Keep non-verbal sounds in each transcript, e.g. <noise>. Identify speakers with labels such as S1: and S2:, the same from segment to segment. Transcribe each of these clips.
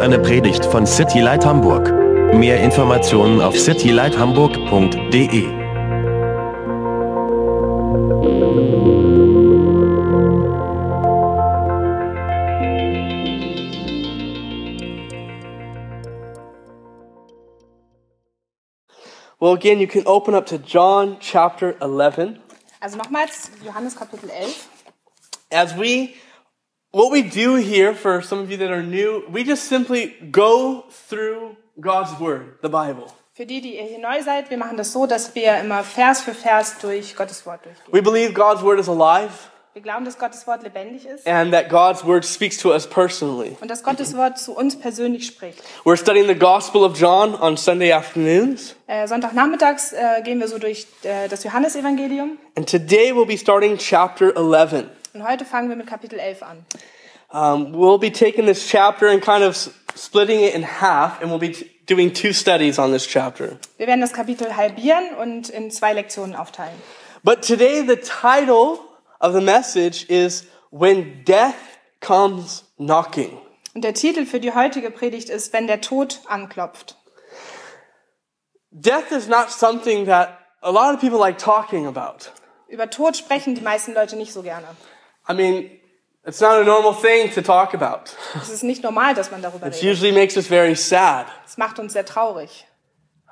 S1: eine Predigt von City Light Hamburg. Mehr Informationen auf citylighthamburg.de.
S2: Well, again, you can open up to John chapter 11.
S3: Also nochmals Johannes Kapitel 11.
S2: As we, what we do here for some of you that are new, we just simply go through God's Word, the Bible.
S3: Für die, die ihr hier neu seid, wir machen das so, dass wir immer Vers für Vers durch Gottes Wort durchgehen.
S2: We believe God's Word is alive
S3: Wir glauben, dass Gottes Wort lebendig ist
S2: and that God's Word speaks to us personally.
S3: und dass Gottes Wort zu uns persönlich spricht.
S2: We're studying the Gospel of John on Sunday afternoons,
S3: Äh, Sonntagnachmittags äh, gehen wir so durch äh, das Johannesevangelium
S2: and today we'll be starting chapter 11.
S3: und heute fangen wir mit Kapitel 11 an.
S2: Um, we'll be taking this chapter and kind of s- splitting it in half, and we'll be t- doing two studies on this chapter.
S3: Wir werden das Kapitel halbieren und in zwei Lektionen aufteilen.
S2: But today, the title of the message is When Death Comes Knocking.
S3: Und der Titel für die heutige Predigt ist, wenn der Tod anklopft.
S2: Death is not something that a lot of people like talking about.
S3: Über Tod sprechen die meisten Leute nicht so gerne.
S2: I mean, it's not a normal thing to talk about.
S3: Es ist nicht normal, dass man darüber
S2: It
S3: redet.
S2: usually makes us very sad.
S3: Es macht uns sehr traurig.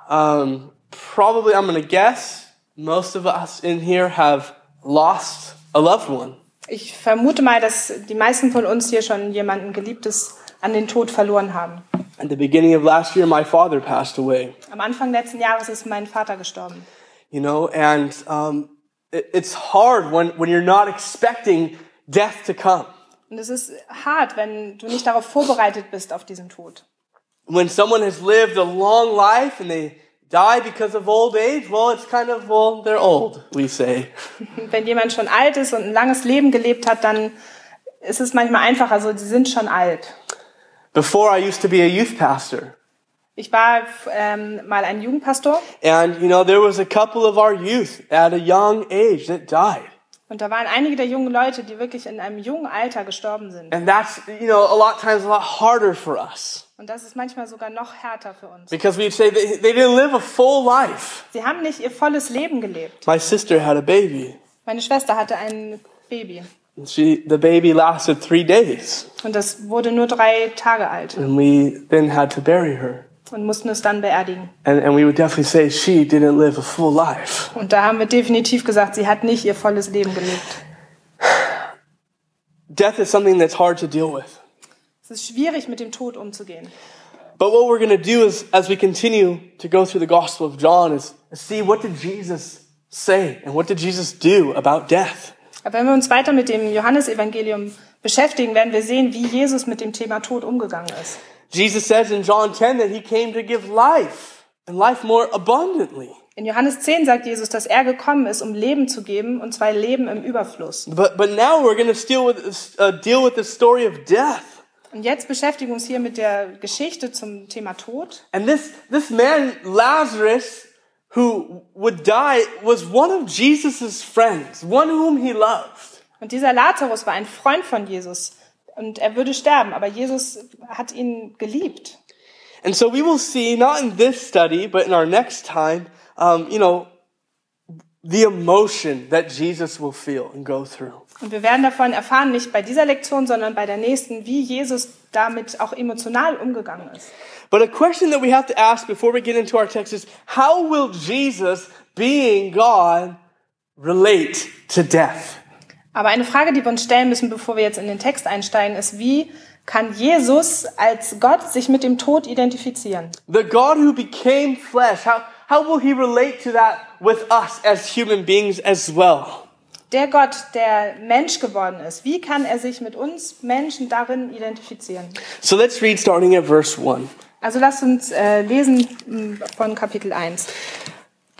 S2: Um, probably, I'm going to guess, most of us in here have lost a loved one.
S3: Ich vermute mal, dass die meisten von uns hier schon jemanden Geliebtes an den Tod verloren haben.
S2: At the beginning of last year, my father passed away.
S3: Am Anfang letzten Jahres ist mein Vater gestorben.
S2: you know and um, it, it's hard when, when you're not expecting death to come
S3: Und es ist hart, wenn du nicht darauf vorbereitet bist, auf diesen Tod.
S2: when someone has lived a long life and they die because of old age well it's kind of well they're old we say
S3: Und wenn jemand schon alt ist und ein langes Leben gelebt hat, dann ist es manchmal einfacher, so, sie sind schon alt.
S2: before i used to be a youth pastor
S3: Ich war ähm, mal ein Jugendpastor
S2: and you know there was a couple of our youth at a young age that died
S3: und da waren einige der jungen Leute, die wirklich in einem jungen Alter gestorben sind.
S2: and that's you know a lot times a lot harder for us
S3: Und das ist manchmal sogar noch härter für uns.
S2: because we'd say they, they didn't live a full life
S3: Sie haben nicht ihr volles Leben gelebt.
S2: my sister had a baby
S3: Meine Schwester hatte ein Baby
S2: and she the baby lasted three days
S3: und das wurde nur drei Tage alt
S2: And we then had to bury her.
S3: und mussten es dann beerdigen.
S2: And, and we would definitely say she didn't live a full life.
S3: Und da haben wir definitiv gesagt, sie hat nicht ihr volles Leben gelebt.
S2: Death is something that's hard to deal with.
S3: Es ist schwierig, mit dem Tod umzugehen.
S2: But what we're going to do is, as we continue to go through the Gospel of John, is see what did Jesus say and what did Jesus do about death.
S3: Aber wenn wir uns weiter mit dem Johannesevangelium beschäftigen, werden wir sehen, wie Jesus mit dem Thema Tod umgegangen ist.
S2: Jesus says in John 10 that he came to give life and life more abundantly.
S3: In Johannes 10 sagt Jesus, dass er gekommen ist, um Leben zu geben, und zwar Leben im Überfluss.
S2: But, but now we're going to deal with, this- uh, deal with the story of death.
S3: Und jetzt beschäftigen wir uns hier mit der Geschichte zum Thema Tod.
S2: And this, this man, Lazarus, who would die, was one of Jesus' friends, one whom he loved.
S3: Und dieser Lazarus war ein Freund von Jesus und er würde sterben, aber Jesus hat ihn geliebt.
S2: And so we will see, not in this study, but in our next time, um, you know, the emotion that Jesus will feel and go through.
S3: Und wir werden davon erfahren, nicht bei dieser Lektion, sondern bei der nächsten, wie Jesus damit auch emotional umgegangen ist.
S2: But a question that we have to ask before we get into our text is how will Jesus, being God, relate to death?
S3: Aber eine Frage, die wir uns stellen müssen, bevor wir jetzt in den Text einsteigen, ist, wie kann Jesus als Gott sich mit dem Tod identifizieren?
S2: The God who became flesh, how, how will he relate to that with us as human beings as well?
S3: Der Gott, der Mensch geworden ist, wie kann er sich mit uns Menschen darin identifizieren?
S2: So let's read starting at verse 1,
S3: Also lasst uns äh, lesen mh, von Kapitel 1.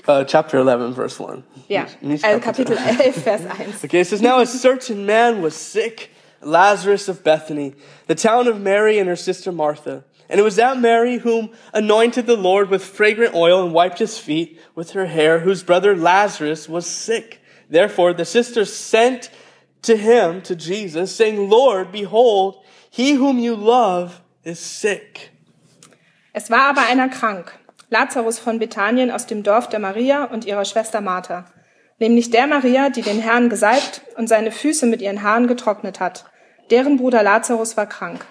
S2: uh, chapter 11, verse 1.
S3: Ja,
S2: Nicht
S3: also
S2: Kapitel.
S3: Kapitel 11, Vers 1.
S2: Okay, it says, Now a certain man was sick, Lazarus of Bethany, the town of Mary and her sister Martha. And it was that Mary whom anointed the Lord with fragrant oil and wiped his feet with her hair, whose brother Lazarus was sick. Therefore the sisters sent to him, to Jesus, saying, Lord, behold, he whom you love is sick.
S3: Es war aber einer krank, Lazarus von Bethanien aus dem Dorf der Maria und ihrer Schwester Martha, nämlich der Maria, die den Herrn gesalbt und seine Füße mit ihren Haaren getrocknet hat. Deren Bruder Lazarus war krank.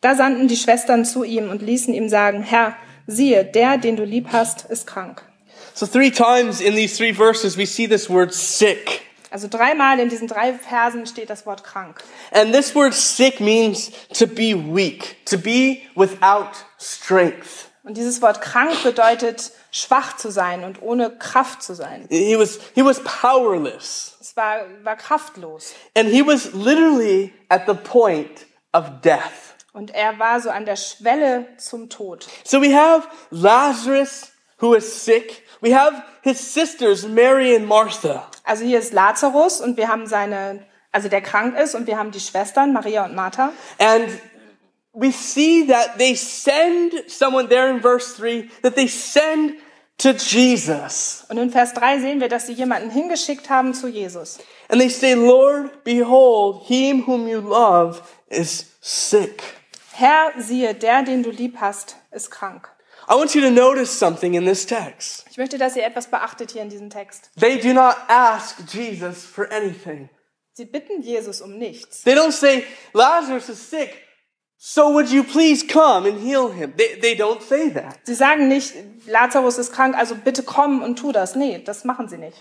S3: Da sandten die Schwestern zu ihm und ließen ihm sagen, Herr, siehe, der, den du lieb hast, ist krank.
S2: So, three times in these three verses, we see this word sick.
S3: Also dreimal in diesen drei Versen steht das Wort krank.
S2: And this word sick means to be weak, to be without strength.
S3: Und dieses Wort krank bedeutet schwach zu sein und ohne Kraft zu sein.
S2: He was, he was powerless.
S3: Es war, war kraftlos.
S2: And he was literally at the point of death.
S3: Und er war so an der Schwelle zum Tod.
S2: So we have Lazarus who is sick. We have his sisters, Mary and Martha.
S3: Also hier ist Lazarus und wir haben seine, also der krank ist und wir haben die Schwestern Maria und Martha.
S2: And we see that they send someone there in verse 3 that they send to Jesus.
S3: Und in Vers 3 sehen wir, dass sie jemanden hingeschickt haben zu Jesus.
S2: And they say, Lord, behold, him whom you love is sick.
S3: Herr, siehe, der, den du lieb hast, ist krank.
S2: I want you to notice something in this text.
S3: Ich möchte, dass ihr etwas beachtet hier in diesem Text.
S2: They do not ask Jesus for anything.
S3: Sie bitten Jesus um nichts.
S2: They don't say, Lazarus is sick, so would you please come and heal him? They, they don't say that.
S3: Sie sagen nicht, Lazarus ist krank, also bitte komm und tu das. Nee, das machen sie nicht.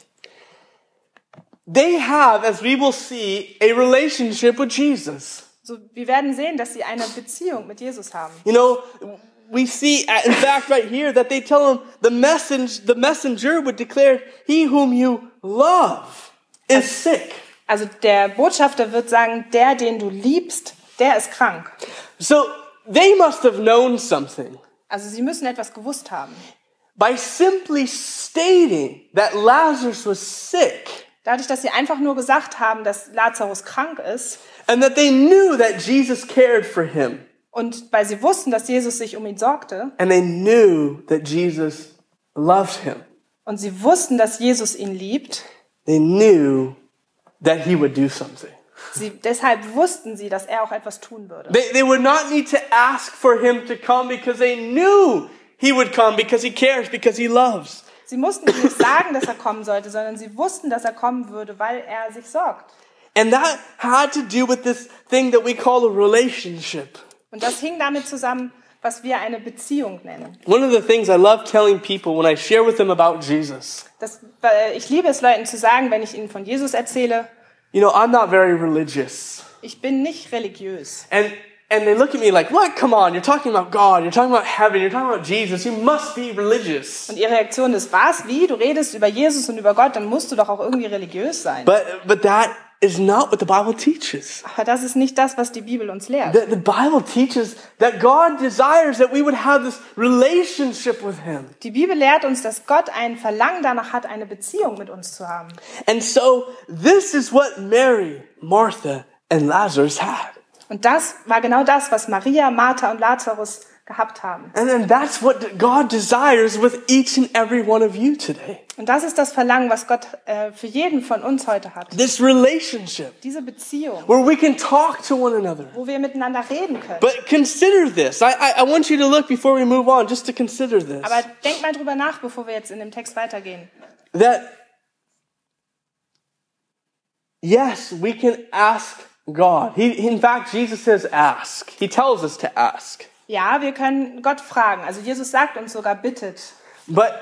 S2: They have, as we will see, a relationship with Jesus.
S3: So, wir werden sehen, dass sie eine Beziehung mit Jesus haben.
S2: You know, we see, uh, in fact, right here, that they tell him the message, the messenger would declare, he whom you love is sick.
S3: Also der Botschafter wird sagen, der, den du liebst, der ist krank.
S2: So they must have known something.
S3: Also sie müssen etwas gewusst haben.
S2: By simply stating that Lazarus was sick
S3: Dadurch, dass sie einfach nur gesagt haben, dass Lazarus krank ist
S2: and that they knew that Jesus cared for him
S3: und weil sie wussten, dass Jesus sich um ihn sorgte
S2: and they knew that Jesus loved him,
S3: und sie wussten, dass Jesus ihn liebt,
S2: they knew that he would do something.
S3: sie, deshalb wussten sie, dass er auch etwas tun würde.
S2: They, they would not need to ask for him to come because they knew he would come because he cares, because he loves.
S3: Sie mussten ihm nicht sagen, dass er kommen sollte, sondern sie wussten, dass er kommen würde, weil er sich sorgt.
S2: And that had to do with this thing that we call a relationship.
S3: Und das hing damit zusammen, was wir eine Beziehung nennen.
S2: One of the things I love telling people when I share with them about Jesus,
S3: Das, äh, ich liebe es, Leuten zu sagen, wenn ich ihnen von Jesus erzähle,
S2: you know, I'm not very religious.
S3: ich bin nicht religiös.
S2: And and they look at me like, "What? Come on, you're talking about God, you're talking about heaven, you're talking about Jesus. You must be religious."
S3: Und ihre Reaktion ist, was, wie, du redest über Jesus und über Gott, dann musst du doch auch irgendwie religiös sein.
S2: But but that is not what the Bible teaches.
S3: Aber das ist nicht das, was die Bibel uns lehrt.
S2: The, the Bible teaches that God desires that we would have this relationship with him.
S3: Die Bibel lehrt uns, dass Gott ein Verlangen danach hat, eine Beziehung mit uns zu haben.
S2: And so this is what Mary, Martha, and Lazarus had.
S3: Und das war genau das, was Maria, Martha und Lazarus gehabt haben.
S2: And then that's what God desires with each and every one of you today.
S3: Und das ist das Verlangen, was Gott äh, für jeden von uns heute hat.
S2: This relationship
S3: Diese Beziehung,
S2: where we can talk to one another.
S3: wo wir miteinander reden können.
S2: But consider this. I, I, I want you to look before we move on, just to consider this.
S3: Aber denk mal drüber nach, bevor wir jetzt in dem Text weitergehen.
S2: That, yes, we can ask God. He, in fact, Jesus says ask. He tells us to ask.
S3: Ja, wir können Gott fragen. Also Jesus sagt uns sogar, bittet.
S2: But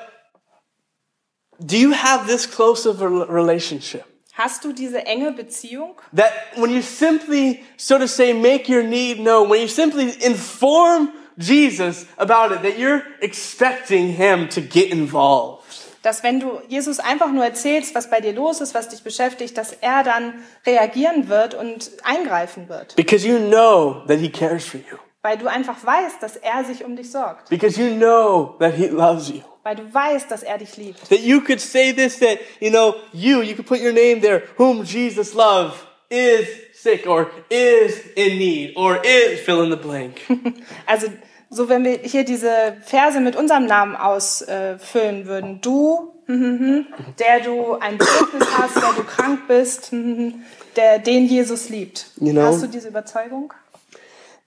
S2: do you have this close of a relationship?
S3: Hast du diese enge Beziehung?
S2: That when you simply, so to say, make your need known, when you simply inform Jesus about it, that you're expecting him to get involved.
S3: Dass wenn du Jesus einfach nur erzählst, was bei dir los ist, was dich beschäftigt, dass er dann reagieren wird und eingreifen wird.
S2: Because you know that he cares for you.
S3: Weil du einfach weißt, dass er sich um dich sorgt.
S2: Because you know that he loves you.
S3: Weil du weißt, dass er dich liebt.
S2: That you could say this, that, you know, you, you could put your name there, whom Jesus love is sick or is in need or is fill in the blank.
S3: Also, so wenn wir hier diese Verse mit unserem Namen ausfüllen würden. Du, mhm, mhm, der du ein Bedürfnis hast, der du krank bist, mhm, der den Jesus liebt.
S2: Genau.
S3: Hast du diese Überzeugung?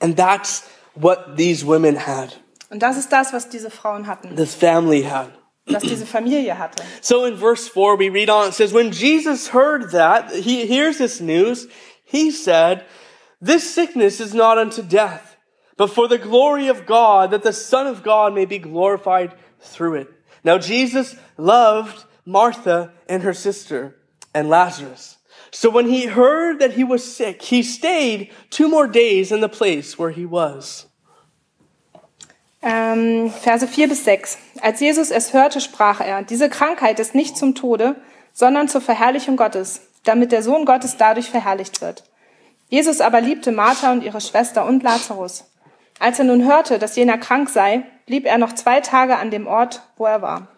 S2: And that's what these women had,
S3: Und das ist das, was diese Frauen hatten,
S2: this family had.
S3: was diese Familie hatte.
S2: So in verse 4, we read on, it says, When Jesus heard that, he hears this news, he said, This sickness is not unto death, but for the glory of God, that the Son of God may be glorified through it. Now Jesus loved Martha and her sister and Lazarus. So when he heard that he was sick, he stayed two more days in the place where he was.
S3: Ähm, Verse 4 bis 6. Als Jesus es hörte, sprach er, diese Krankheit ist nicht zum Tode, sondern zur Verherrlichung Gottes, damit der Sohn Gottes dadurch verherrlicht wird. Jesus aber liebte Martha und ihre Schwester und Lazarus. Als er nun hörte, dass jener krank sei, blieb er noch zwei Tage an dem Ort, wo er war.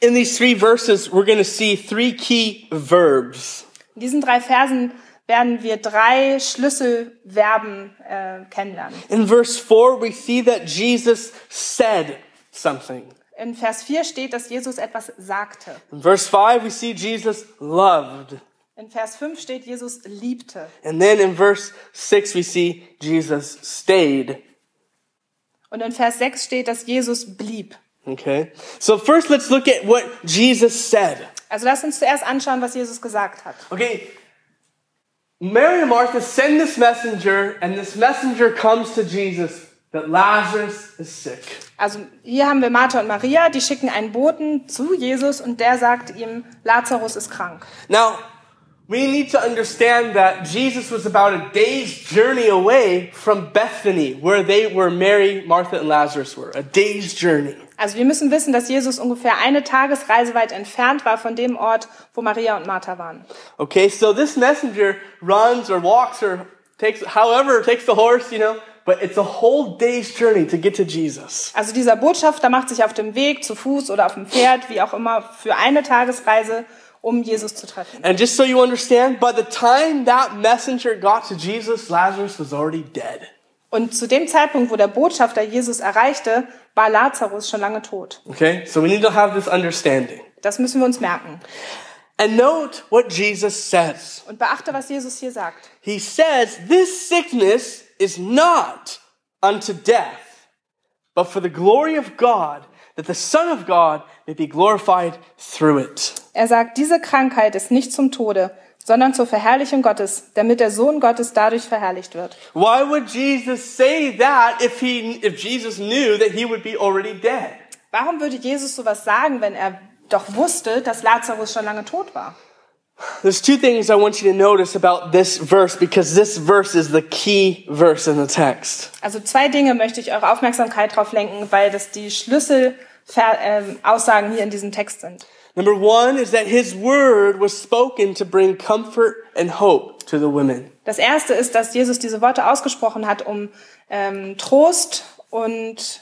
S2: In these three verses, we're going to see three key verbs.
S3: In diesen drei Versen werden wir drei Schlüsselverben äh, kennenlernen.
S2: In verse 4, we see that Jesus said something.
S3: In Vers 4 steht, dass Jesus etwas sagte.
S2: In verse 5, we see Jesus loved.
S3: In Vers 5 steht, Jesus liebte.
S2: And then in verse 6, we see Jesus stayed.
S3: Und in Vers 6 steht, dass Jesus blieb.
S2: Okay? So first, let's look at what Jesus said.
S3: Also lass uns zuerst anschauen, was Jesus gesagt hat.
S2: Okay. Mary and Martha send this messenger, and this messenger comes to Jesus that Lazarus is sick.
S3: Also hier haben wir Martha und Maria, die schicken einen Boten zu Jesus und der sagt ihm, Lazarus ist krank.
S2: Now, we need to understand that Jesus was about a day's journey away from Bethany, where they were Mary, Martha, and Lazarus were. A day's journey.
S3: Also wir müssen wissen, dass Jesus ungefähr eine Tagesreise weit entfernt war von dem Ort, wo Maria und Martha waren.
S2: Okay, so this messenger runs or walks or takes, however, takes the horse, you know, but it's a whole day's journey to get to Jesus.
S3: Also dieser Botschafter macht sich auf dem Weg zu Fuß oder auf dem Pferd, wie auch immer, für eine Tagesreise, um Jesus zu treffen.
S2: And just so you understand, by the time that messenger got to Jesus, Lazarus was already dead.
S3: Und zu dem Zeitpunkt, wo der Botschafter Jesus erreichte, war Lazarus schon lange tot.
S2: Okay, so we need to have this understanding.
S3: Das müssen wir uns merken.
S2: And note what Jesus says.
S3: Und beachte, was Jesus hier sagt.
S2: he says, This sickness is not unto death, but for the glory of God, that the Son of God may be glorified through it.
S3: Er sagt, diese Krankheit ist nicht zum Tode, sondern zur Verherrlichung Gottes, damit der Sohn Gottes dadurch verherrlicht wird.
S2: Why would Jesus say that if, he, if Jesus knew that he would be already dead?
S3: Warum würde Jesus sowas sagen, wenn er doch wusste, dass Lazarus schon lange tot war?
S2: There's two things I want you to notice about this verse because this verse is the key verse in the text.
S3: Also zwei Dinge möchte ich eure Aufmerksamkeit darauf lenken, weil das die Schlüsselaussagen hier in diesem Text sind.
S2: Number one is that his word was spoken to bring comfort and hope to the women.
S3: Das erste ist, dass Jesus diese Worte ausgesprochen hat, um ähm, Trost und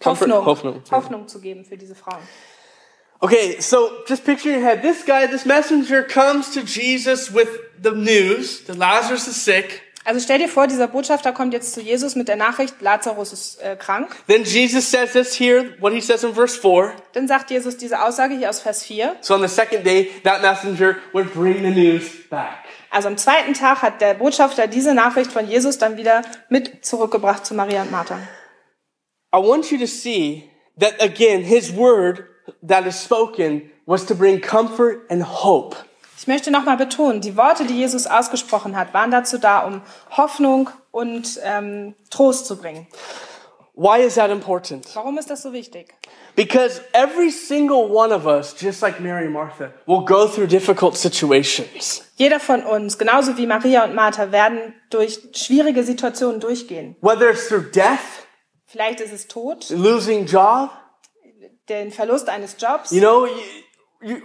S2: Comfort-
S3: Hoffnung,
S2: Hoffnung, ja.
S3: Hoffnung zu geben für diese Frauen.
S2: Okay, so just picture in your head this guy, this messenger comes to Jesus with the news that Lazarus is sick.
S3: Also stell dir vor, dieser Botschafter kommt jetzt zu Jesus mit der Nachricht, Lazarus ist äh, krank.
S2: Then Jesus says this here, what he says in verse 4.
S3: Dann sagt Jesus diese Aussage hier aus Vers 4.
S2: So on the second day, that messenger would bring the news back.
S3: Also am zweiten Tag hat der Botschafter diese Nachricht von Jesus dann wieder mit zurückgebracht zu Maria und Martha.
S2: I want you to see that again, his word that is spoken was to bring comfort and hope.
S3: Ich möchte nochmal betonen, die Worte, die Jesus ausgesprochen hat, waren dazu da, um Hoffnung und ähm, Trost zu bringen.
S2: Why is that important?
S3: Warum ist das so wichtig?
S2: Because every single one of us, just like Mary and Martha, will go through difficult situations.
S3: Jeder von uns, genauso wie Maria und Martha, werden durch schwierige Situationen durchgehen.
S2: Whether it's through death,
S3: Vielleicht ist es Tod,
S2: losing job,
S3: den Verlust eines Jobs.
S2: You know, you, you,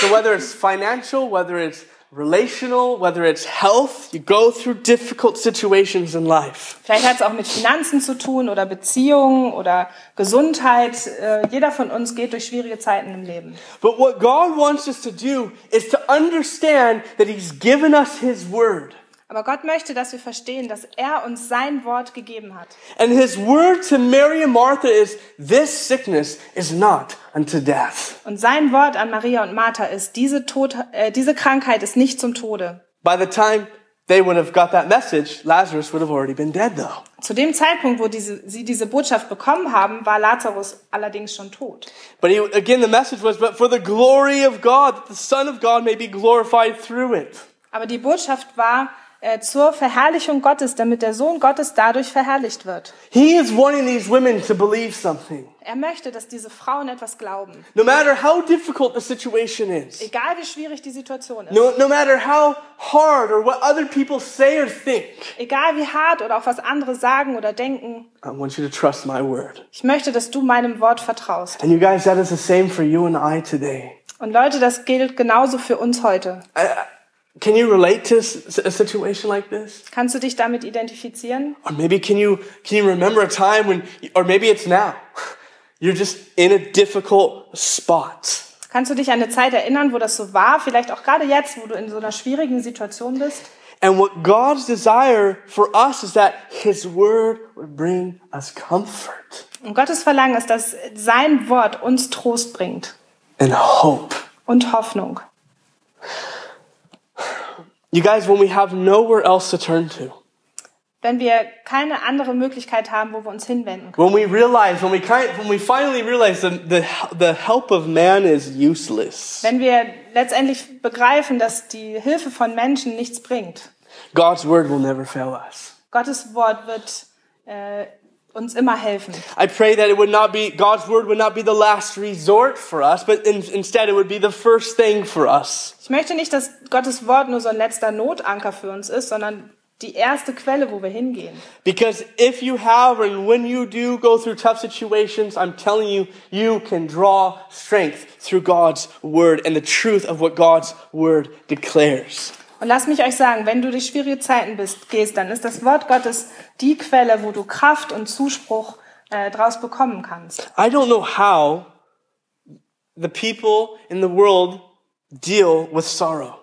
S2: so whether it's financial, whether it's relational, whether it's health, you go through difficult situations in life.
S3: Vielleicht hat es auch mit Finanzen zu tun oder Beziehungen oder Gesundheit. Äh, Jeder von uns geht durch schwierige Zeiten im Leben.
S2: But what God wants us to do is to understand that He's given us His Word.
S3: Aber Gott möchte, dass wir verstehen, dass er uns sein Wort gegeben hat.
S2: And His Word to Mary and Martha is this sickness is not unto death.
S3: Und sein Wort an Maria und Martha ist, diese, Tod, äh, diese Krankheit ist nicht zum Tode.
S2: By the time they would have got that message. Lazarus would have already been dead, though.
S3: Zu dem Zeitpunkt, wo diese, sie diese Botschaft bekommen haben, war Lazarus allerdings schon tot.
S2: But he, again, the message was, but for the glory of God, that the Son of God may be glorified through it.
S3: Aber die Botschaft war äh, zur Verherrlichung Gottes, damit der Sohn Gottes dadurch verherrlicht wird.
S2: He is wanting these women to believe something.
S3: Er möchte, dass diese Frauen etwas glauben.
S2: No matter how difficult the situation is,
S3: Egal wie schwierig die Situation ist,
S2: no, no matter how hard or what other people say or think,
S3: egal wie hart oder auch was andere sagen oder denken,
S2: I want you to trust my word.
S3: ich möchte, dass du meinem Wort vertraust.
S2: And you guys, that is the same for you and I today.
S3: Und Leute, das gilt genauso für uns heute.
S2: I- I- can you relate to s- a situation like this?
S3: Kannst du dich damit identifizieren?
S2: Or maybe can you can you remember a time when or maybe it's now. <laughs> You're just in a difficult spot.
S3: Kannst du dich an eine Zeit erinnern, wo das so war? Vielleicht auch gerade jetzt, wo du in so einer schwierigen Situation bist.
S2: And what God's desire for us is that his word would bring us comfort
S3: Und Gottes Verlangen ist, dass sein Wort uns Trost bringt
S2: and hope.
S3: und Hoffnung.
S2: You guys, when we have nowhere else to turn to,
S3: Wenn wir keine andere Möglichkeit haben, wo wir uns hinwenden können.
S2: when we realize, when we kind, when we finally realize that the the help of man is useless,
S3: Wenn wir letztendlich begreifen, dass die Hilfe von Menschen nichts bringt.
S2: God's word will never fail us.
S3: Gottes Wort wird äh, uns immer helfen.
S2: I pray that it would not be God's word would not be the last resort for us, but in, instead it would be the first thing for us.
S3: Ich möchte nicht, dass Gottes Wort nur so ein letzter Notanker für uns ist, sondern die erste Quelle, wo wir hingehen.
S2: Because if you have and when you do go through tough situations, I'm telling you, you can draw strength through God's word and the truth of what God's word declares.
S3: Und lass mich euch sagen, wenn du durch schwierige Zeiten bist, gehst, dann ist das Wort Gottes die Quelle, wo du Kraft und Zuspruch äh, draus bekommen kannst.
S2: I don't know how the people in the world deal with sorrow.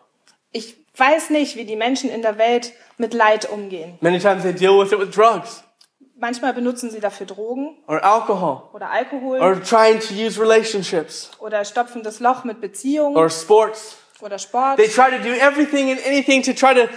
S3: Ich weiß nicht, wie die Menschen in der Welt mit Leid umgehen.
S2: Many times they deal with it with drugs
S3: Manchmal benutzen sie dafür Drogen
S2: or alcohol
S3: oder Alkohol
S2: or trying to use relationships
S3: oder stopfen das Loch mit Beziehungen
S2: or sports.
S3: oder Sport.
S2: They try to do everything and anything to try to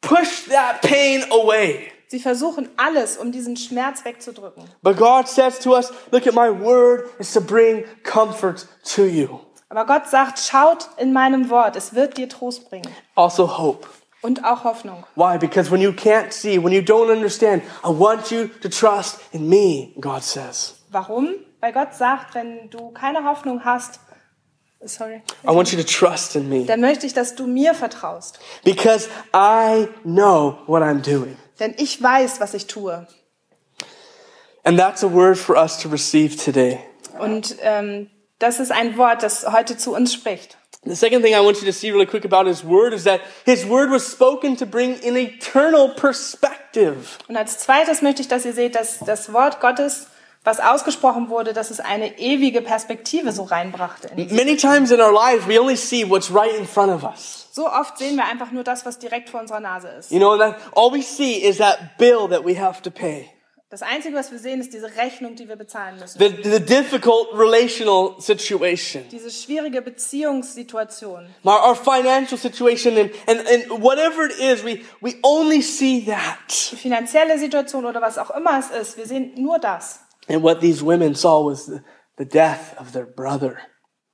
S2: push that pain away.
S3: Sie versuchen alles, um diesen Schmerz wegzudrücken.
S2: But God says to us, look at my word is to bring comfort to you.
S3: Aber Gott sagt, schaut in meinem Wort, es wird dir Trost bringen
S2: Also hope.
S3: und auch Hoffnung.
S2: Why? Because when you can't see, when you don't understand, I want you to trust in me, God says.
S3: Warum? Weil Gott sagt, wenn du keine Hoffnung hast, sorry,
S2: I want you to trust in me
S3: dann möchte ich, dass du mir vertraust.
S2: because I know what I'm doing.
S3: Denn ich weiß, was ich tue.
S2: And that's a word for us to receive today.
S3: Und ähm, das ist ein Wort, das heute zu uns spricht.
S2: The second thing I want you to see really quick about his word is that his word was spoken to bring an eternal perspective.
S3: Und als zweites möchte ich, dass ihr seht, dass das Wort Gottes, was ausgesprochen wurde, dass es eine ewige Perspektive so reinbrachte. In uns.
S2: Many times in our lives, we only see what's right in front of us.
S3: so oft sehen wir einfach nur das, was direkt vor unserer Nase ist.
S2: You know, and that all we see is that bill that we have to pay.
S3: Das Einzige, was wir sehen, ist diese Rechnung, die wir bezahlen müssen.
S2: The, the difficult relational situation,
S3: Diese schwierige Beziehungssituation.
S2: our, our financial situation, and, and, and whatever it is, we, we only see that.
S3: Die finanzielle Situation oder was auch immer es ist. Wir sehen nur das.
S2: And what these women saw was the, the death of their brother.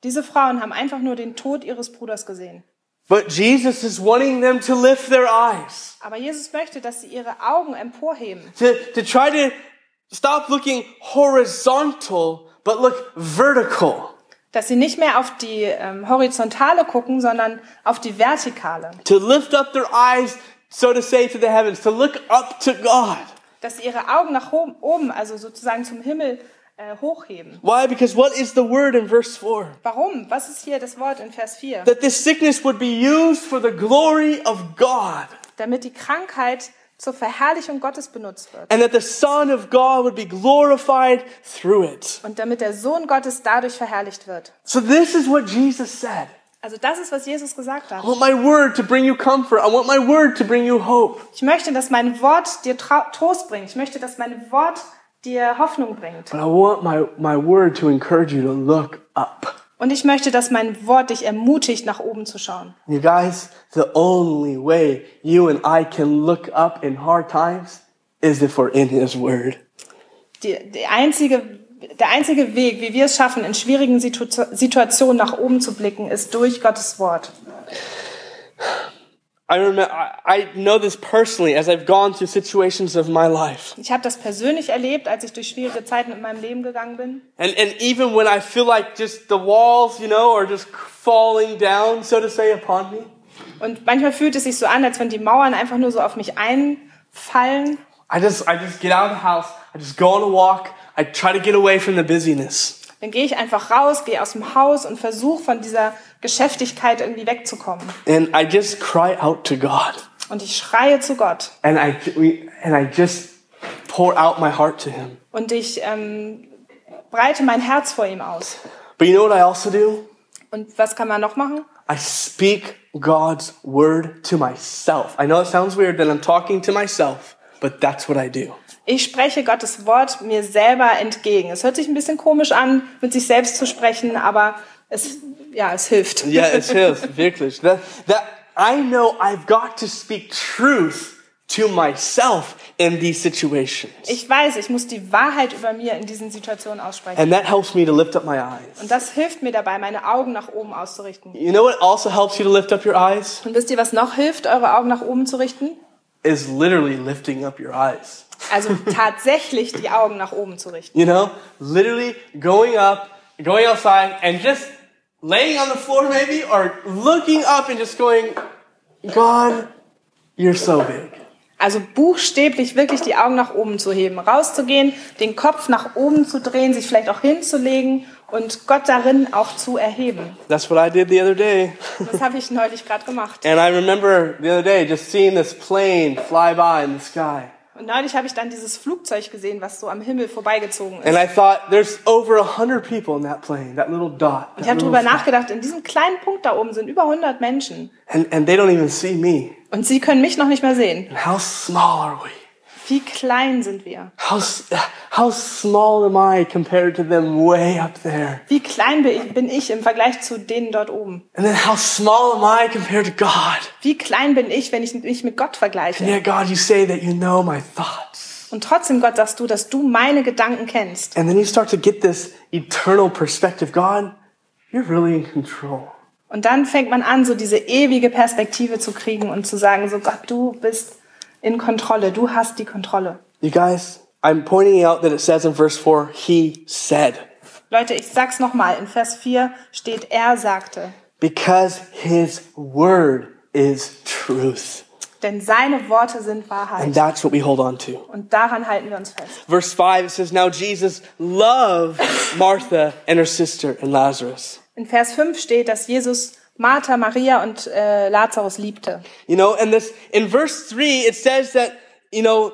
S3: Diese Frauen haben einfach nur den Tod ihres Bruders gesehen.
S2: But Jesus is wanting them to lift their eyes,
S3: Aber Jesus möchte, dass sie ihre Augen emporheben,
S2: to, to try to stop looking horizontal, but look vertical.
S3: dass sie nicht mehr auf die ähm, horizontale gucken, sondern auf die vertikale,
S2: to lift up their eyes, so to say, to the heavens, to look up to God.
S3: dass sie ihre Augen nach oben, oben also sozusagen zum Himmel äh, hochheben.
S2: Why? Because what is the word in verse 4?
S3: Warum? Was ist hier das Wort in Vers 4?
S2: That this sickness would be used for the glory of God,
S3: Damit die Krankheit zur Verherrlichung Gottes benutzt wird
S2: and that the Son of God would be glorified through it.
S3: und damit der Sohn Gottes dadurch verherrlicht wird.
S2: So, this is what Jesus said.
S3: Also das ist, was Jesus gesagt hat.
S2: I want my word to bring you comfort. I want my word to bring you hope.
S3: Ich möchte, dass mein Wort dir Trau Trost bringt. Ich möchte, dass mein Wort dir Hoffnung bringt.
S2: But I want my, my word to encourage you to look up.
S3: Und ich möchte, dass mein Wort dich ermutigt, nach oben zu schauen.
S2: You guys, the only way you and I can look up in hard times is if we're in His Word.
S3: Die, die einzige, der einzige Weg, wie wir es schaffen, in schwierigen Situ Situationen nach oben zu blicken, ist durch Gottes Wort.
S2: I remember, I I know this personally as I've gone through situations of my life.
S3: Ich habe das persönlich erlebt, als ich durch schwierige Zeiten in meinem Leben gegangen bin.
S2: And, and even when I feel like just the walls, you know, are just falling down, so to say, upon me,
S3: Und manchmal fühlt es sich so an, als wenn die Mauern einfach nur so auf mich einfallen.
S2: I just, I just get out of the house. I just go on a walk. I try to get away from the busyness.
S3: Dann gehe ich einfach raus, gehe aus dem Haus und versuche von dieser Geschäftigkeit irgendwie wegzukommen.
S2: And I just cry out to God.
S3: Und ich schreie zu Gott
S2: And I, we- and I just pour out my heart to Him.
S3: und ich ähm, breite mein Herz vor ihm aus.
S2: But you know what I also do?
S3: Und was kann man noch machen?
S2: I speak God's word to myself. I know it sounds weird that I'm talking to myself, but that's what I do.
S3: Ich spreche Gottes Wort mir selber entgegen. Es hört sich ein bisschen komisch an, mit sich selbst zu sprechen, aber es, ja, es hilft.
S2: Yeah, it's His, wirklich. That, that I know I've got to speak truth to myself in these situations.
S3: <laughs> Ich weiß, ich muss die Wahrheit über mir in diesen Situationen aussprechen.
S2: And that helps me to lift up my eyes.
S3: Und das hilft mir dabei, meine Augen nach oben auszurichten.
S2: You know what also helps you to lift up your eyes?
S3: Und wisst ihr, was noch hilft, eure Augen nach oben zu richten?
S2: Is literally lifting up your eyes.
S3: Also <laughs> tatsächlich die Augen nach oben zu richten.
S2: You know, literally going up, going outside, and just laying on the floor maybe, or looking up and just going, God, you're so big.
S3: Also buchstäblich wirklich die Augen nach oben zu heben, rauszugehen, den Kopf nach oben zu drehen, sich vielleicht auch hinzulegen und Gott darin auch zu erheben.
S2: That's what I did the other day. <laughs>
S3: Das habe ich neulich gerade gemacht.
S2: And I remember the other day just seeing this plane fly by in the sky.
S3: Und neulich habe ich dann dieses Flugzeug gesehen, was so am Himmel vorbeigezogen
S2: And
S3: ist.
S2: I thought, there's over a hundred people in that plane, that little dot.
S3: Ich
S2: that
S3: habe
S2: little
S3: darüber
S2: fly-
S3: nachgedacht, in diesem kleinen Punkt da oben sind über 100 Menschen.
S2: and, and they don't even see me.
S3: Und sie können mich noch nicht mehr sehen.
S2: How small are we?
S3: Wie klein sind wir?
S2: How, s- how small am I compared to them way up there?
S3: Wie klein bin ich- bin ich im Vergleich zu denen dort oben?
S2: And then how small am I compared to God?
S3: Wie klein bin ich, wenn ich mich mit Gott
S2: And
S3: vergleiche?
S2: yet, God, you say that you know my thoughts.
S3: Und trotzdem, Gott, sagst du, dass du meine Gedanken kennst.
S2: And then you start to get this eternal perspective. God, you're really in control.
S3: Und dann fängt man an, so diese ewige Perspektive zu kriegen und zu sagen, so Gott, du bist in Kontrolle, du hast die Kontrolle.
S2: You guys, I'm pointing out that it says in verse 4, He said,
S3: Leute, ich sag's nochmal, in Vers 4 steht, er sagte,
S2: because His word is truth.
S3: denn seine Worte sind
S2: And
S3: Wahrheit.
S2: that's what we hold on to.
S3: Und daran halten wir uns fest.
S2: Verse 5, it says, Now Jesus loved Martha and her sister and Lazarus.
S3: In Vers 5 steht, dass Jesus Martha, Maria und äh, Lazarus liebte.
S2: You know, and this in verse three it says that, you know,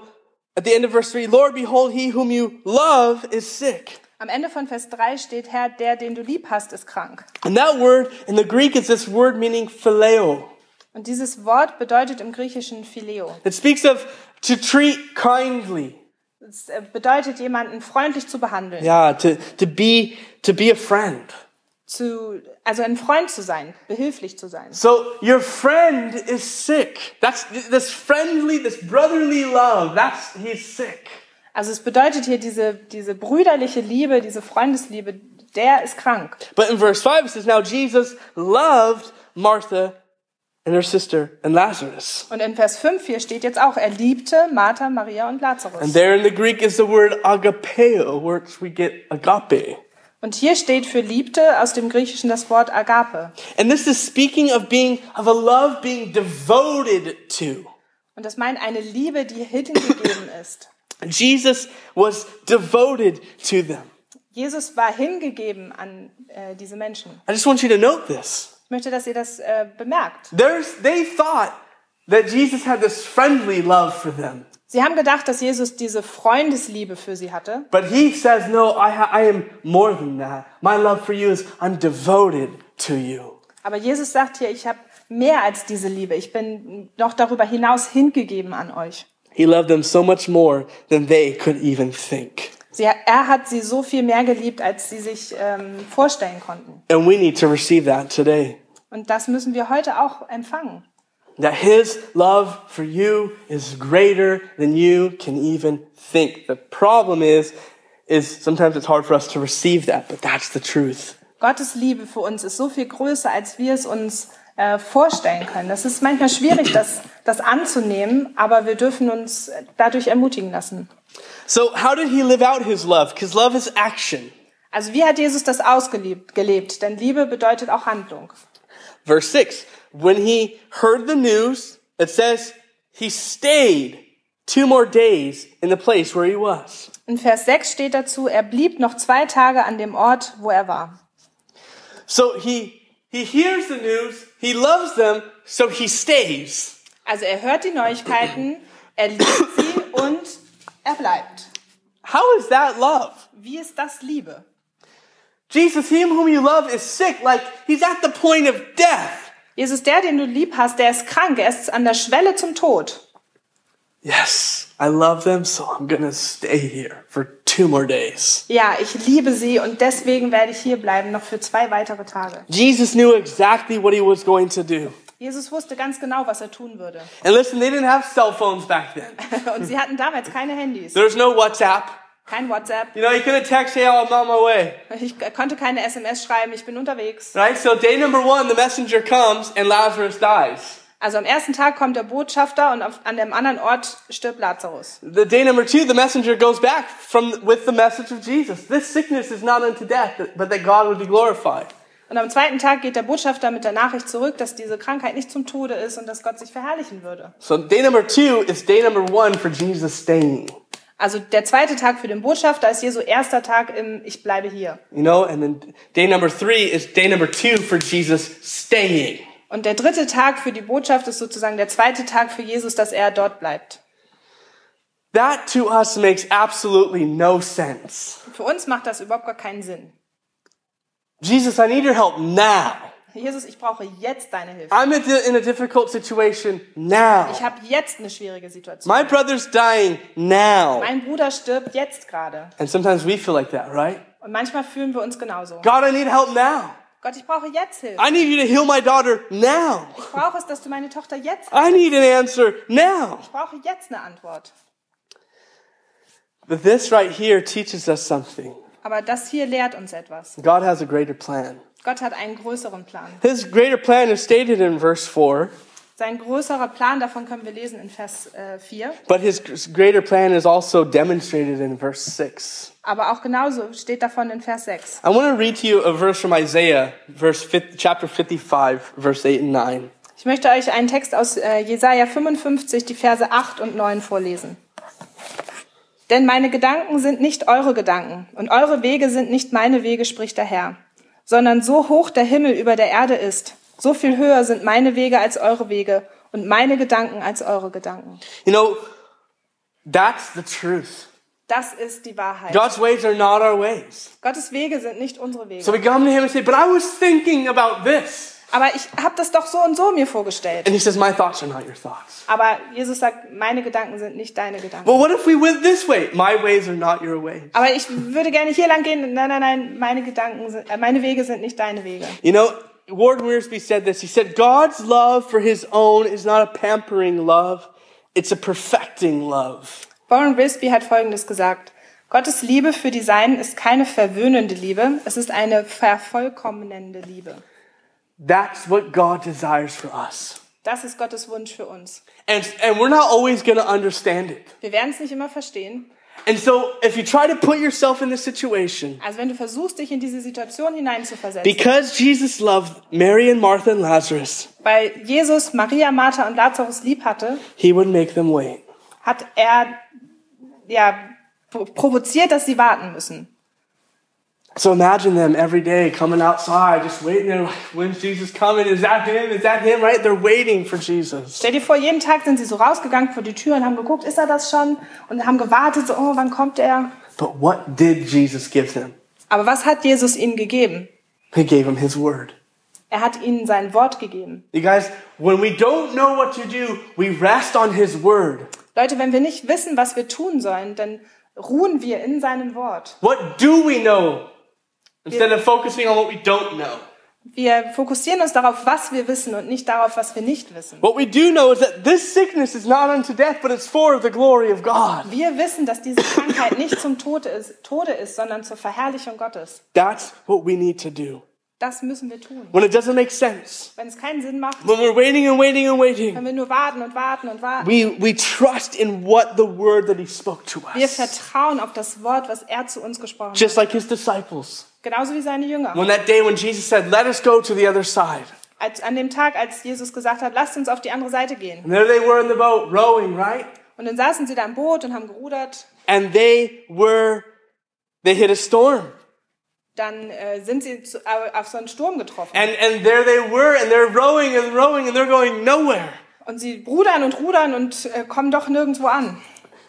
S2: at the end of verse three, Lord, behold, he whom you love is sick.
S3: Am Ende von Vers 3 steht, Herr, der, den du lieb hast, ist krank.
S2: And that word in the Greek is this word meaning phileo.
S3: Und dieses Wort bedeutet im Griechischen Phileo.
S2: It speaks of to treat kindly.
S3: Es äh, bedeutet, jemanden freundlich zu behandeln.
S2: Yeah, to, to be to be a friend.
S3: zu, also ein Freund zu sein, behilflich zu sein.
S2: So your friend is sick. That's this friendly, this brotherly love, that's he's sick.
S3: Also es bedeutet hier diese, diese brüderliche Liebe, diese Freundesliebe, der ist krank.
S2: But in verse 5 it says, Now Jesus loved Martha and her sister and Lazarus.
S3: Und in Vers 5 hier steht jetzt auch, er liebte Martha, Maria
S2: And
S3: und Lazarus.
S2: there in the Greek is the word agapeo, where we get agape.
S3: Und hier steht für liebte aus dem Griechischen das Wort Agape.
S2: And this is speaking of being, of a love being devoted to.
S3: Und das meint eine Liebe, die hingegeben <laughs> ist.
S2: Jesus was devoted to them.
S3: Jesus war hingegeben an äh, diese Menschen.
S2: I just want you to note this.
S3: Ich möchte, dass ihr das äh, bemerkt.
S2: There's, they thought that Jesus had this friendly love for them.
S3: Sie haben gedacht, dass Jesus diese Freundesliebe für sie hatte.
S2: But he says, no, I, ha- I am more than that. My love for you is I'm devoted to you.
S3: Aber Jesus sagt hier, ich habe mehr als diese Liebe. Ich bin noch darüber hinaus hingegeben an euch.
S2: He loved them so much more than they could even think.
S3: Sie, er hat sie so viel mehr geliebt, als sie sich ähm, vorstellen konnten.
S2: And we need to receive that today.
S3: Und das müssen wir heute auch empfangen.
S2: That his love for you is greater than you can even think. The problem is, is sometimes it's hard for us to receive that, but that's the truth.
S3: Gottes Liebe für uns ist so viel größer, als wir es uns äh, vorstellen können. Das ist manchmal schwierig, das, das anzunehmen, aber wir dürfen uns dadurch ermutigen lassen.
S2: So how did he live out his love? Because love is action.
S3: Also wie hat Jesus das ausgelebt? Gelebt? Denn Liebe bedeutet auch Handlung.
S2: Verse 6, when he heard the news, it says he stayed two more days in the place where he was.
S3: In Vers 6 steht dazu, er blieb noch zwei Tage an dem Ort, wo er war.
S2: So he he hears the news, he loves them, so he stays.
S3: Also er hört die Neuigkeiten, er liebt sie und er bleibt.
S2: How is that love?
S3: Wie ist das Liebe?
S2: Jesus, him whom you love is sick, like he's at the point of death.
S3: Jesus, der, den du lieb hast, der ist krank, er ist an der Schwelle zum Tod.
S2: Yes, I love them, so I'm gonna stay here for two more days.
S3: Ja, ich liebe sie und deswegen werde ich hier bleiben, noch für zwei weitere Tage.
S2: Jesus knew exactly what he was going to do.
S3: Jesus wusste ganz genau, was er tun <laughs> würde.
S2: And listen, they didn't have cell phones back then.
S3: Und sie hatten damals keine Handys,
S2: There's no WhatsApp.
S3: kein WhatsApp.
S2: You know, you couldn't text, hey, I'm on my way.
S3: Ich konnte keine SMS schreiben, ich bin unterwegs.
S2: Right? So day number one, the messenger comes and Lazarus dies.
S3: Also am ersten Tag kommt der Botschafter und auf, an dem anderen Ort stirbt Lazarus.
S2: The day number two, the messenger goes back from with the message of Jesus. This sickness is not unto death, but that God would be glorified.
S3: Und am zweiten Tag geht der Botschafter mit der Nachricht zurück, dass diese Krankheit nicht zum Tode ist und dass Gott sich verherrlichen würde.
S2: So day number two is day number one for Jesus staying.
S3: Also der zweite Tag für den Botschafter ist Jesu erster Tag im Ich bleibe hier.
S2: You know, and then day number three is day number two for Jesus staying.
S3: Und der dritte Tag für die Botschaft ist sozusagen der zweite Tag für Jesus, dass er dort bleibt.
S2: That to us makes absolutely no sense.
S3: Für uns macht das überhaupt gar keinen Sinn.
S2: Jesus, I need your help now.
S3: Jesus, ich brauche jetzt deine Hilfe.
S2: I'm in a- in a difficult situation now.
S3: Ich habe jetzt eine schwierige Situation.
S2: My brother's dying now.
S3: Mein Bruder stirbt jetzt gerade.
S2: And sometimes we feel like that, right?
S3: Und manchmal fühlen wir uns genauso.
S2: God, I need help now.
S3: Gott, ich brauche jetzt Hilfe.
S2: I need you to heal my daughter now.
S3: Ich brauche es, dass du meine Tochter jetzt.
S2: I need an answer now.
S3: Ich brauche jetzt eine Antwort.
S2: But this right here teaches us something.
S3: Aber das hier lehrt uns etwas.
S2: God has a greater plan.
S3: Gott hat einen größeren Plan.
S2: His greater plan is stated in verse 4,
S3: Sein größerer Plan, davon können wir lesen in Vers äh, 4.
S2: but his gr- greater plan is also demonstrated in verse 6.
S3: Aber auch genauso steht davon in Vers 6.
S2: I want to read to you a verse from Isaiah, verse 5, chapter 55, verse 8 and 9.
S3: Ich möchte euch einen Text aus äh, Jesaja 55, die Verse 8 und 9 vorlesen. Denn meine Gedanken sind nicht eure Gedanken und eure Wege sind nicht meine Wege, spricht der Herr, sondern so hoch der Himmel über der Erde ist, so viel höher sind meine Wege als eure Wege und meine Gedanken als eure Gedanken.
S2: You know, that's the truth.
S3: Das ist die Wahrheit.
S2: God's ways are not our ways.
S3: Gottes Wege sind nicht unsere Wege.
S2: So we come to him and say, But I was thinking about this.
S3: Aber ich habe das doch so und so mir vorgestellt.
S2: And he says, My thoughts are not your thoughts.
S3: Aber Jesus sagt, meine Gedanken sind nicht deine Gedanken.
S2: Well, what if we went this way? My ways are not your ways.
S3: Aber ich würde gerne hier lang gehen. Nein, nein, nein, meine Gedanken sind, äh, meine Wege sind nicht deine Wege.
S2: You know, Ward Wearsby said this. He said, God's love for his own is not a pampering love, it's a perfecting love.
S3: Warren Risby hat Folgendes gesagt. Gottes Liebe für die Seinen ist keine verwöhnende Liebe, es ist eine vervollkommnende Liebe.
S2: That's what God desires for us.
S3: Das ist Gottes Wunsch für uns.
S2: And, and we're not always going to understand it.
S3: Wir werden es nicht immer verstehen.
S2: And so if you try to put yourself in this situation,
S3: Also wenn du versuchst, dich in diese Situation hineinzuversetzen,
S2: because Jesus loved Mary and Martha and Lazarus,
S3: weil Jesus Maria, Martha und Lazarus lieb hatte,
S2: he would make them wait.
S3: hat er ja pro- provoziert, dass sie warten müssen.
S2: So imagine them every day coming outside, just waiting there. Like, When's Jesus coming? Is that him? Is that him? Right? They're waiting for Jesus.
S3: Stell dir vor, jeden Tag sind sie so rausgegangen vor die Tür und haben geguckt, ist er das schon? Und haben gewartet, so, oh, wann kommt er?
S2: But what did Jesus give them?
S3: Aber was hat Jesus ihnen gegeben?
S2: He gave them his word.
S3: Er hat ihnen sein Wort gegeben.
S2: You guys, when we don't know what to do, we rest on his word.
S3: Leute, wenn wir nicht wissen, was wir tun sollen, dann ruhen wir in seinem Wort.
S2: What do we know? Instead of focusing on what we don't know.
S3: Wir fokussieren uns darauf, was wir wissen und nicht darauf, was wir nicht wissen.
S2: What we do know is that this sickness is not unto death, but it's for the glory of God.
S3: Wir wissen, dass diese Krankheit nicht zum Tode ist, Tode ist, sondern zur Verherrlichung Gottes.
S2: That's what we need to do.
S3: Das müssen wir tun.
S2: When it doesn't make sense,
S3: Wenn es keinen Sinn macht,
S2: when we're waiting and waiting and waiting,
S3: wenn wir nur warten und warten und warten,
S2: we, we trust in what the word that he spoke to
S3: wir
S2: us.
S3: vertrauen auf das Wort, was er zu uns gesprochen hat.
S2: Just like his disciples.
S3: Genauso wie seine Jünger.
S2: When that day when Jesus said, Let us go to the other side.
S3: Als, an dem Tag, als Jesus gesagt hat, lasst uns auf die andere Seite gehen.
S2: And there they were in the boat rowing, right?
S3: Und dann saßen sie da im Boot und haben gerudert.
S2: And they were, they hit a storm.
S3: Dann äh, sind sie zu, äh, auf so einen Sturm getroffen.
S2: And, and there they were, and they're rowing and rowing, and they're going nowhere.
S3: Und sie rudern und rudern und äh, kommen doch nirgendwo an.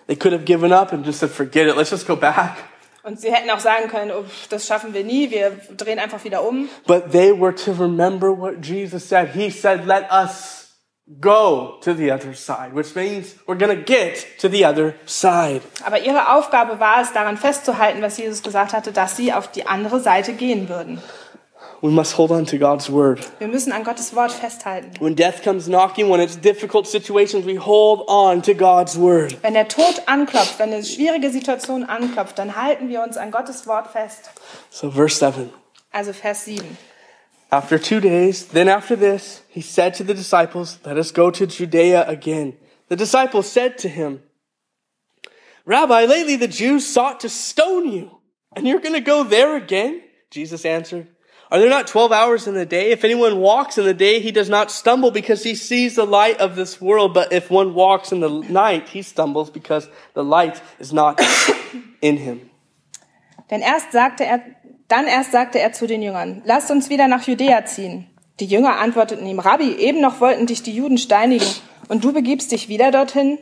S2: They could have given up and just said, Forget it, let's just go back.
S3: Und sie hätten auch sagen können, oh, das schaffen wir nie, wir drehen einfach wieder um.
S2: But they were to remember what Jesus said. He said, Let us go to the other side, which means we're going to get to the other side.
S3: Aber ihre Aufgabe war es, daran festzuhalten, was Jesus gesagt hatte, dass sie auf die andere Seite gehen würden.
S2: We must hold on to God's word.
S3: Wir müssen an Gottes Wort festhalten.
S2: When death comes knocking, when it's difficult situations, we hold on to God's word.
S3: Wenn der Tod anklopft, wenn eine schwierige Situation anklopft, dann halten wir uns an Gottes Wort fest.
S2: So, verse 7.
S3: Also Vers 7.
S2: After two days, then after this, he said to the disciples, Let us go to Judea again. The disciples said to him, Rabbi, lately the Jews sought to stone you, and you're going to go there again? Jesus answered, Are there not 12 hours in the day? If anyone walks in the day, he does not stumble because he sees the light of this world. But if one walks in the night, he stumbles because the light is not <coughs> in him.
S3: Denn erst sagte er, dann erst sagte er zu den Jüngern, lasst uns wieder nach Judäa ziehen. Die Jünger antworteten ihm, Rabbi, eben noch wollten dich die Juden steinigen und du begibst dich wieder dorthin?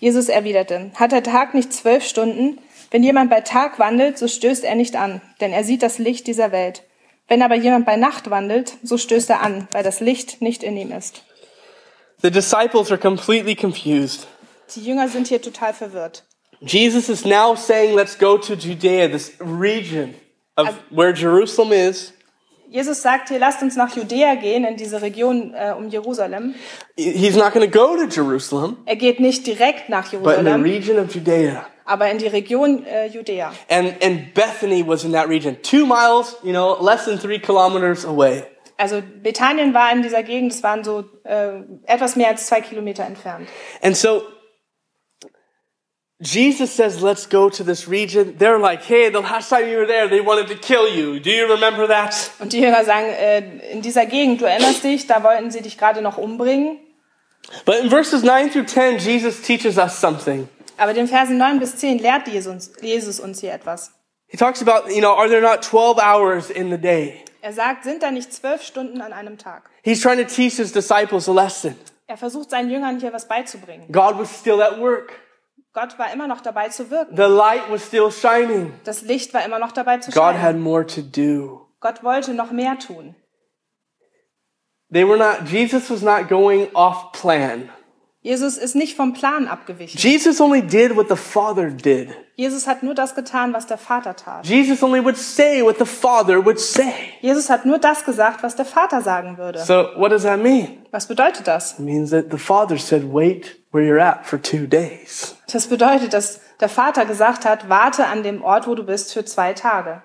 S3: Jesus erwiderte, hat der Tag nicht zwölf Stunden? Wenn jemand bei Tag wandelt, so stößt er nicht an, denn er sieht das Licht dieser Welt. Wenn aber jemand bei Nacht wandelt, so stößt er an, weil das Licht nicht in ihm ist.
S2: The disciples are completely confused.
S3: Die Jünger sind hier total verwirrt.
S2: Jesus is now saying, let's go to Judea, this region of where Jerusalem is.
S3: Jesus sagt hier, lasst uns nach Judäa gehen, in diese Region äh, um Jerusalem.
S2: He's not going to go to Jerusalem,
S3: Er geht nicht direkt nach
S2: but in the
S3: Jerusalem,
S2: region of Judea.
S3: aber in die Region äh, Judäa.
S2: And, and Bethany was in that region, two miles, you know, less than three kilometers away.
S3: Also Bethanien war in dieser Gegend, es waren so äh, etwas mehr als zwei Kilometer entfernt.
S2: And so Jesus says, let's go to this region. They're like, hey, the last time you were there, they wanted to kill you. Do you remember that?
S3: Und die Jünger sagen, äh, in dieser Gegend, du erinnerst dich, da wollten sie dich gerade noch umbringen.
S2: But in verses 9 through 10, Jesus teaches us something.
S3: Aber den Versen 9 bis 10 lehrt Jesus, Jesus uns hier etwas.
S2: He talks about, you know, are there not 12 hours in the day?
S3: Er sagt, sind da nicht zwölf Stunden an einem Tag?
S2: He's trying to teach his disciples a lesson.
S3: Er versucht seinen Jüngern hier was beizubringen.
S2: God was still at work.
S3: Gott war immer noch dabei zu wirken.
S2: The light was still shining.
S3: Das Licht war immer noch dabei zu
S2: God
S3: scheinen.
S2: had more to do.
S3: Gott wollte noch mehr tun.
S2: They were not, Jesus was not going off plan.
S3: Jesus ist nicht vom Plan abgewichen.
S2: Jesus only did what the Father did.
S3: Jesus hat nur das getan, was der Vater tat.
S2: Jesus only would say what the Father would say.
S3: Jesus hat nur das gesagt, was der Vater sagen würde.
S2: So, what does that mean?
S3: Was bedeutet das?
S2: It means that the Father said, wait where you're at for two days.
S3: Das bedeutet, dass der Vater gesagt hat, warte an dem Ort, wo du bist, für zwei Tage.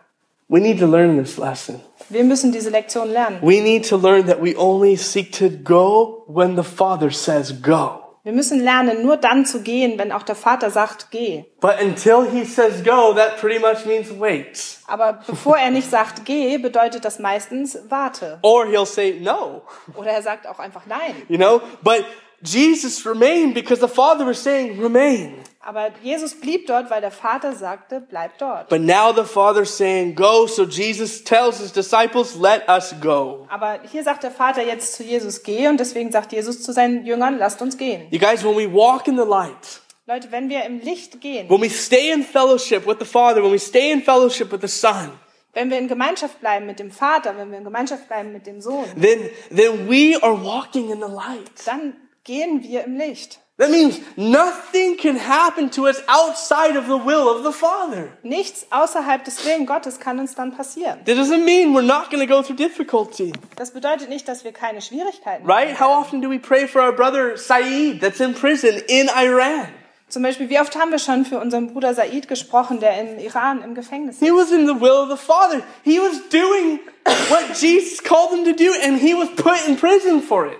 S2: We need to learn this lesson.
S3: Wir müssen diese Lektion lernen.
S2: We need to learn that we only seek to go when the Father says go.
S3: Wir müssen lernen, nur dann zu gehen, wenn auch der Vater sagt, geh.
S2: But until he says go, that pretty much means wait.
S3: Aber bevor er nicht sagt, geh, bedeutet das meistens, warte.
S2: Or he'll say no,
S3: Oder er sagt auch einfach nein.
S2: you know? But Jesus remained because the Father was saying remain.
S3: Aber Jesus blieb dort, weil der Vater sagte, bleib dort.
S2: But now the Father's saying go, so Jesus tells his disciples, let us go.
S3: Aber hier sagt der Vater jetzt zu Jesus, geh, und deswegen sagt Jesus zu seinen Jüngern, lasst uns gehen.
S2: You guys, when we walk in the light,
S3: Leute, wenn wir im Licht gehen,
S2: when we stay in fellowship with the Father, when we stay in fellowship with the Son,
S3: wenn wir in Gemeinschaft bleiben mit dem Vater, wenn wir in Gemeinschaft bleiben mit dem Sohn,
S2: then, then we are walking in the light.
S3: dann gehen wir im Licht.
S2: That means nothing can happen to us outside of the will of the Father.
S3: Nichts außerhalb des Willens Gottes kann uns dann passieren.
S2: That doesn't mean we're not going to go through difficulty,
S3: Das bedeutet nicht, dass wir keine Schwierigkeiten
S2: right? How often do we pray for our brother Saeed that's in prison in Iran?
S3: Zum Beispiel, wie oft haben wir schon für unseren Bruder Said gesprochen, der im Iran im Gefängnis
S2: He
S3: ist?
S2: was in the will of the Father. He was doing <coughs> what Jesus called him to do, and he was put in prison for it.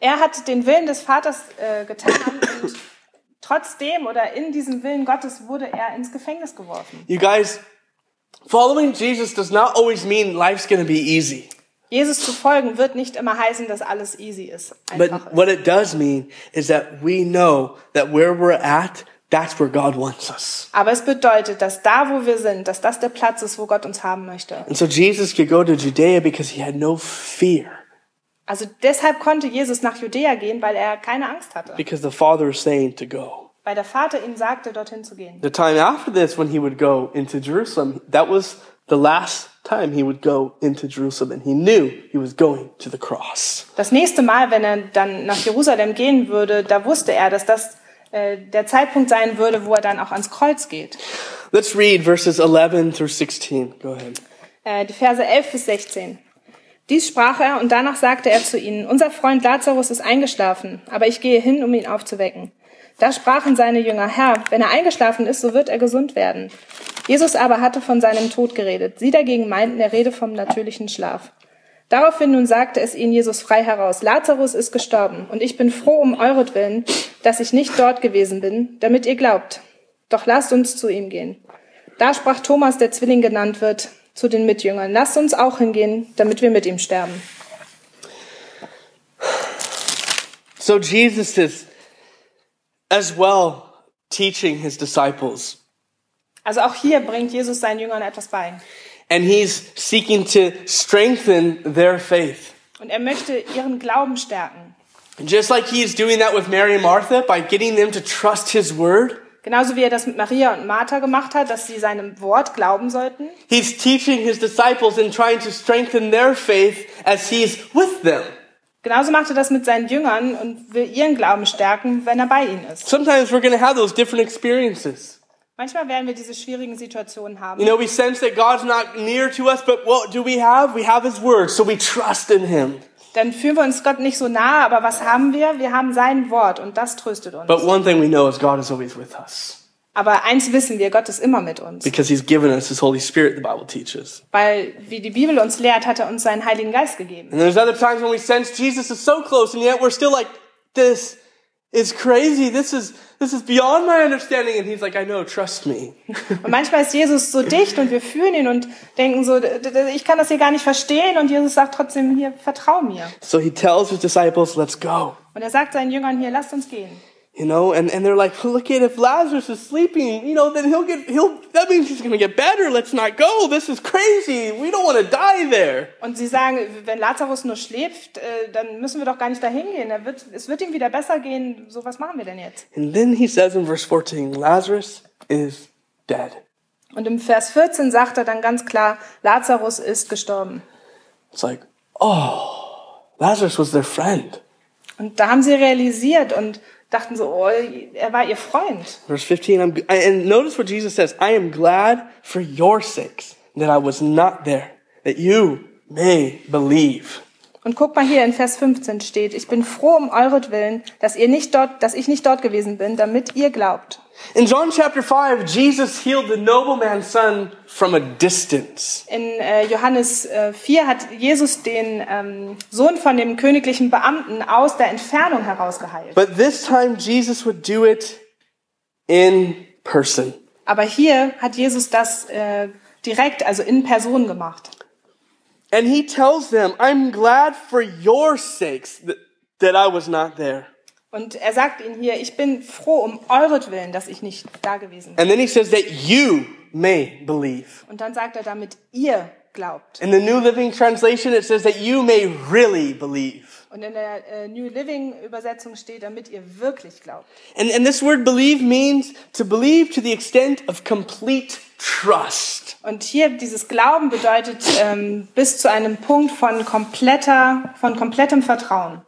S3: Er hat den Willen des Vaters äh, getan und trotzdem oder in diesem Willen Gottes wurde er ins Gefängnis geworfen.
S2: You guys, following Jesus does not always mean life's going to be easy.
S3: Jesus zu folgen wird nicht immer heißen, dass alles easy ist. Einfach
S2: But
S3: ist.
S2: what it does mean is that we know that where we're at, that's where God wants us.
S3: Aber es bedeutet, dass da, wo wir sind, dass das der Platz ist, wo Gott uns haben möchte.
S2: And so Jesus could go to Judea because he had no fear,
S3: Also deshalb konnte Jesus nach Judäa gehen, weil er keine Angst hatte,
S2: because the Father was saying to go.
S3: weil der Vater ihm sagte, dorthin zu gehen.
S2: The time after this, when he would go into Jerusalem, that was the last time he would go into Jerusalem, and he knew he was going to the cross.
S3: Das nächste Mal, wenn er dann nach Jerusalem gehen würde, da wusste er, dass das äh, der Zeitpunkt sein würde, wo er dann auch ans Kreuz geht.
S2: Let's read verses 11 through 16. Go ahead.
S3: Äh, die Verse 11 bis 16. Dies sprach er und danach sagte er zu ihnen, unser Freund Lazarus ist eingeschlafen, aber ich gehe hin, um ihn aufzuwecken. Da sprachen seine Jünger, Herr, wenn er eingeschlafen ist, so wird er gesund werden. Jesus aber hatte von seinem Tod geredet. Sie dagegen meinten, er rede vom natürlichen Schlaf. Daraufhin nun sagte es ihnen Jesus frei heraus, Lazarus ist gestorben, und ich bin froh um euretwillen, dass ich nicht dort gewesen bin, damit ihr glaubt. Doch lasst uns zu ihm gehen. Da sprach Thomas, der Zwilling genannt wird, zu den Mitjüngern, lasst uns auch hingehen, damit wir mit ihm sterben.
S2: So Jesus is as well teaching his disciples
S3: Also auch hier bringt Jesus seinen Jüngern etwas bei.
S2: and he's seeking to strengthen their faith.
S3: Und er möchte ihren Glauben stärken.
S2: Just like he's doing that with Mary and Martha by getting them to trust his word,
S3: Genauso wie er das mit Maria und Martha gemacht hat, dass sie seinem Wort glauben sollten,
S2: he's teaching his disciples and trying to strengthen their faith as he's with them.
S3: genauso macht er das mit seinen Jüngern und will ihren Glauben stärken, wenn er bei ihnen ist.
S2: Sometimes we're going to have those different experiences.
S3: Manchmal werden wir diese schwierigen Situationen haben.
S2: You know, we sense that God's not near to us, but what do we have? We have his word, so we trust in him.
S3: Dann fühlen wir uns Gott nicht so nahe, aber was haben wir? Wir haben sein Wort und das tröstet uns.
S2: But one thing we know is God is always with us
S3: Aber eins wissen wir, Gott ist immer mit uns.
S2: because he's given us his Holy Spirit, the Bible teaches.
S3: Weil, wie die Bibel uns lehrt, hat er uns seinen Heiligen Geist gegeben.
S2: And there's other times when we sense Jesus is so close and yet we're still like, this is crazy. This is, this is beyond my understanding. And he's like, I know, trust me.
S3: Und manchmal ist Jesus so dicht und wir fühlen ihn und denken so, d- d- ich kann das hier gar nicht verstehen. Und Jesus sagt trotzdem hier, vertrau mir.
S2: <laughs> So he tells his disciples, let's go.
S3: Und er sagt seinen Jüngern hier, lasst uns gehen.
S2: You know, and, and they're like, look at if Lazarus is sleeping, you know, then he'll get, he'll, that means he's going to get better. Let's not go. This is crazy. We don't want to die there.
S3: Und sie sagen, wenn Lazarus nur schläft, äh, dann müssen wir doch gar nicht dahin gehen. Er wird, es wird ihm wieder besser gehen. So, was machen wir denn jetzt?
S2: And then he says in verse 14, Lazarus is dead.
S3: Und im Vers 14 sagt er dann ganz klar, Lazarus ist gestorben.
S2: It's like, oh, Lazarus was their friend.
S3: Und da haben sie realisiert und dachten so, oh, er war ihr Freund.
S2: Verse 15, I'm, and notice what Jesus says I am glad for your sakes that I was not there, that you may believe.
S3: Und guck mal hier in Vers 15 steht, ich bin froh um euretwillen, dass ihr nicht dort, dass ich nicht dort gewesen bin, damit ihr glaubt.
S2: In John chapter 5, Jesus healed the nobleman's son from a distance.
S3: In äh, Johannes äh, 4 hat Jesus den ähm, Sohn von dem königlichen Beamten aus der Entfernung herausgeheilt.
S2: But this time, Jesus would do it in person.
S3: Aber hier hat Jesus das äh, direkt, also in Person gemacht.
S2: And he tells them, I'm glad for your sakes that, that I was not there.
S3: Und er sagt ihnen hier, ich bin froh um euretwillen, dass ich nicht da gewesen bin.
S2: And then he says that you may believe.
S3: Und dann sagt er, damit ihr glaubt.
S2: In the New Living Translation, it says that you may really believe.
S3: Und in der äh, New Living Übersetzung steht, damit ihr wirklich glaubt.
S2: And, and this word believe means to believe to the extent of complete trust.
S3: Und hier dieses Glauben bedeutet ähm, bis zu einem Punkt von kompletter, von komplettem Vertrauen.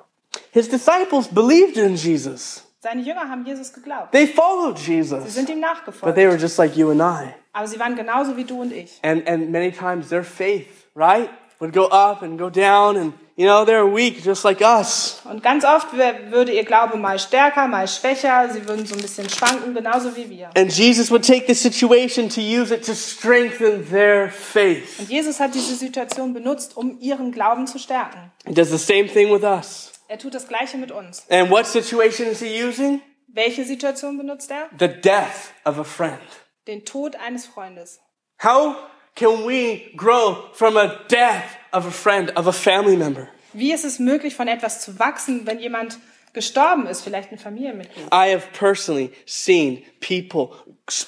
S2: His disciples believed in Jesus.
S3: Seine Jünger haben Jesus geglaubt.
S2: They followed
S3: Sie
S2: Jesus,
S3: sind ihm
S2: but
S3: nachgefolgt.
S2: they were just like you and I.
S3: Aber sie waren genauso wie du und ich.
S2: And, and many times their faith, right, would go up and go down, and, you know, they're weak just like us.
S3: Und ganz oft wär- würde ihr Glaube mal stärker, mal schwächer. Sie würden so ein bisschen schwanken, genauso wie wir.
S2: And Jesus would take the situation to use it to strengthen their faith.
S3: Und Jesus hat diese Situation benutzt, um ihren Glauben zu stärken.
S2: He does the same thing with us.
S3: Er tut das Gleiche mit uns.
S2: And what situation is he using?
S3: Welche Situation benutzt er?
S2: The death of a friend.
S3: Den Tod eines Freundes.
S2: How can we grow from a death of a friend, of a family member?
S3: Wie ist es möglich, von etwas zu wachsen, wenn jemand gestorben ist, vielleicht ein Familienmitglied?
S2: I have personally seen people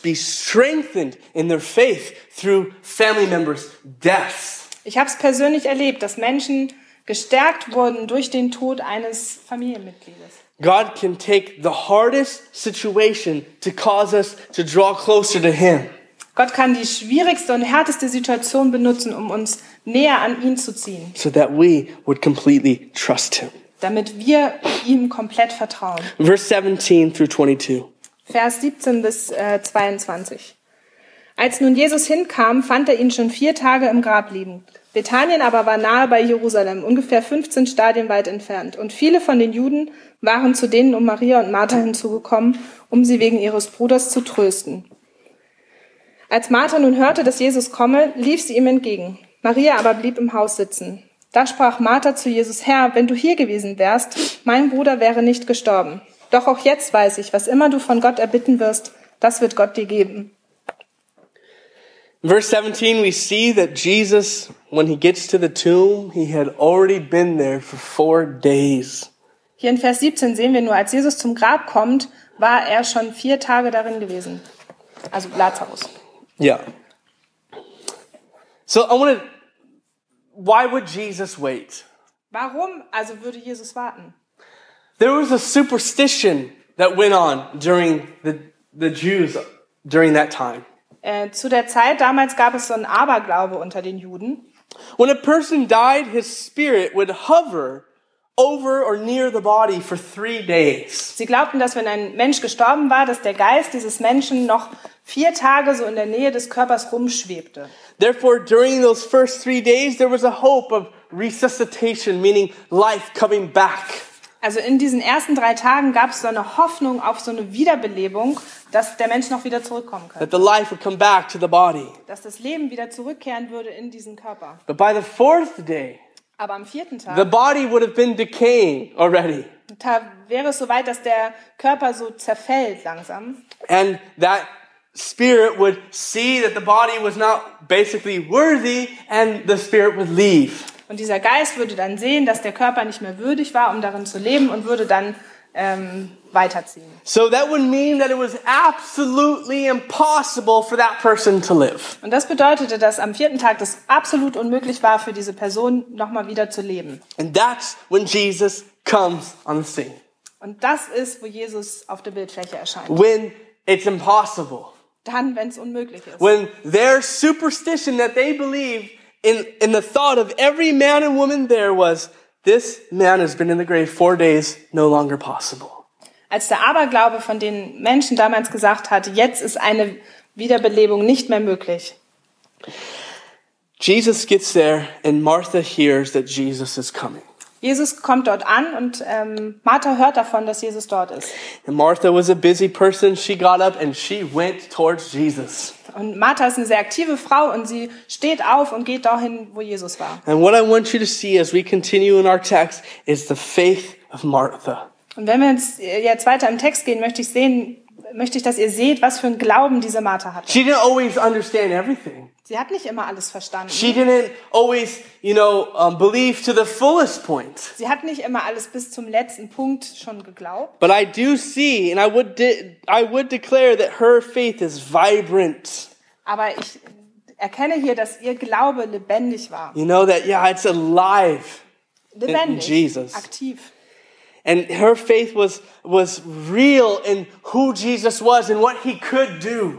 S2: be strengthened in their faith through family members' deaths.
S3: Ich habe es persönlich erlebt, dass Menschen gestärkt wurden durch den Tod eines Familienmitgliedes.
S2: God can take the hardest situation to cause us to draw closer to Him.
S3: Gott kann die schwierigste und härteste Situation benutzen, um uns näher an ihn zu ziehen,
S2: so that we would completely trust him.
S3: damit wir ihm komplett vertrauen.
S2: Verse 17 through 22.
S3: Vers 17 bis äh, 22. Als nun Jesus hinkam, fand er ihn schon vier Tage im Grab liegen. Bethanien aber war nahe bei Jerusalem, ungefähr 15 Stadien weit entfernt. Und viele von den Juden waren zu denen um Maria und Martha hinzugekommen, um sie wegen ihres Bruders zu trösten. Als Martha nun hörte, dass Jesus komme, lief sie ihm entgegen. Maria aber blieb im Haus sitzen. Da sprach Martha zu Jesus, Herr, wenn du hier gewesen wärst, mein Bruder wäre nicht gestorben. Doch auch jetzt weiß ich, was immer du von Gott erbitten wirst, das wird Gott dir geben.
S2: In verse 17, we see that Jesus, when he gets to the tomb, he had already been there for four days.
S3: Hier in Vers 17 sehen wir nur, als Jesus zum Grab kommt, war er schon vier Tage darin gewesen. Also Lazarus.
S2: Yeah. So I want to, why would Jesus wait?
S3: Warum also würde Jesus warten?
S2: There was a superstition that went on during the, the Jews during that time.
S3: Äh, zu der Zeit damals gab es so einen Aberglaube unter den Juden.
S2: When a person died, his spirit would hover over or near the body for three days.
S3: Sie glaubten, dass wenn ein Mensch gestorben war, dass der Geist dieses Menschen noch vier Tage so in der Nähe des Körpers rumschwebte.
S2: Therefore, during those first three days, there was a hope of resuscitation, meaning life coming back.
S3: Also in diesen ersten drei Tagen gab es so eine Hoffnung auf so eine Wiederbelebung, dass der Mensch noch wieder zurückkommen könnte,
S2: That the life would come back to the body.
S3: dass das Leben wieder zurückkehren würde in diesen Körper.
S2: But by the fourth day,
S3: Aber am vierten Tag
S2: the body would have been decaying already.
S3: da wäre es soweit, dass der Körper so zerfällt langsam.
S2: And that spirit would see that the body was not basically worthy and the spirit would leave.
S3: Und dieser Geist würde dann sehen, dass der Körper nicht mehr würdig war, um darin zu leben und würde dann ähm, weiterziehen.
S2: So that would mean that it was absolutely impossible for that person to live.
S3: Und das bedeutete, dass am vierten Tag das absolut unmöglich war, für diese Person nochmal wieder zu leben.
S2: And that's when Jesus comes on the scene.
S3: Und das ist, wo Jesus auf der Bildfläche erscheint.
S2: When it's impossible.
S3: Dann, wenn es unmöglich ist.
S2: When their superstition that they believed in, in the thought of every man and woman there was, this man has been in the grave four days, no longer possible.
S3: Als der Aberglaube von den Menschen damals gesagt hatte, jetzt ist eine Wiederbelebung nicht mehr möglich.
S2: Jesus gets there and Martha hears that Jesus is coming.
S3: Jesus kommt dort an und ähm, Martha hört davon, dass Jesus dort ist.
S2: And Martha was a busy person. She got up and she went towards Jesus.
S3: Und Martha ist eine sehr aktive Frau und sie steht auf und geht dahin, wo Jesus war.
S2: And what I want you to see as we continue in our text is the faith of Martha.
S3: Und wenn wir jetzt, äh, jetzt weiter im Text gehen, möchte ich sehen, möchte ich, dass ihr seht, was für einen Glauben diese Martha hatte.
S2: She didn't always understand everything.
S3: Sie hat nicht immer alles verstanden.
S2: She didn't always, you know, um, believe to the fullest point.
S3: Sie hat nicht immer alles bis zum letzten Punkt schon geglaubt.
S2: But I do see, and I would, de- I would declare that her faith is vibrant.
S3: Aber ich erkenne hier, dass ihr Glaube lebendig war.
S2: You know that, yeah, it's alive.
S3: Lebendig.
S2: Jesus.
S3: Aktiv.
S2: And her faith was was real in who Jesus was and what he could do.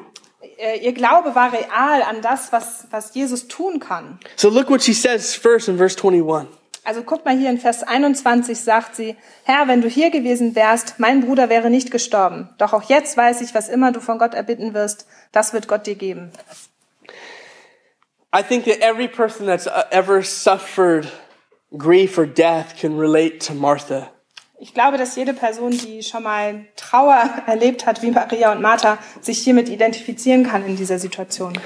S3: Äh, Ihr Glaube war real an das, was, was Jesus tun kann.
S2: So look what she says first in verse 21.
S3: Also guck mal hier in Vers 21 sagt sie, Herr, wenn du hier gewesen wärst, mein Bruder wäre nicht gestorben. Doch auch jetzt weiß ich, was immer du von Gott erbitten wirst, das wird Gott dir geben.
S2: I think that every person that's uh, ever suffered grief or death can relate to Martha.
S3: Ich glaube, dass jede Person, die schon mal Trauer <laughs> erlebt hat, wie Maria und Martha, sich hiermit identifizieren kann in dieser Situation.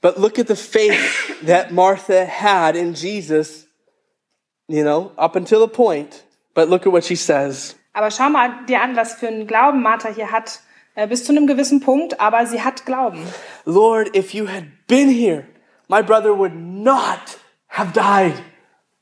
S2: But look at the faith that Martha had in Jesus, you know, up until a point. But look at what she says.
S3: Aber schau mal dir an, was für einen Glauben Martha hier hat. Äh, Bis zu einem gewissen Punkt, aber sie hat Glauben.
S2: Lord, if you had been here, my brother would not have died.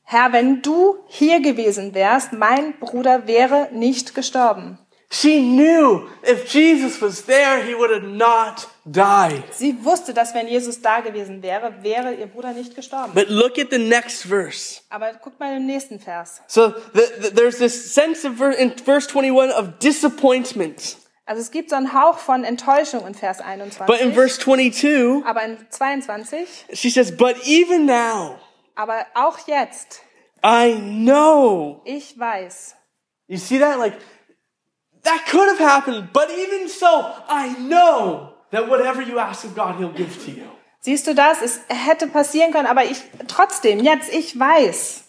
S3: Herr, wenn du hier gewesen wärst, mein Bruder wäre nicht gestorben.
S2: She knew if Jesus was there, he would have not died.
S3: Sie wusste, dass wenn Jesus da gewesen wäre, wäre ihr Bruder nicht gestorben.
S2: But look at the next verse.
S3: Aber guck mal im nächsten Vers.
S2: So the, the, there's this sense of ver- in verse 21 of disappointment.
S3: Also es gibt so einen Hauch von Enttäuschung in Vers
S2: But in
S3: 21.
S2: verse 22,
S3: Aber in 22,
S2: she says, But even now,
S3: aber auch jetzt,
S2: I know.
S3: ich weiß.
S2: You see that? Like, that could have happened, but even so, I know that whatever you ask of God, He'll give to you.
S3: Siehst du das? Es hätte passieren können, aber ich trotzdem, jetzt, ich weiß.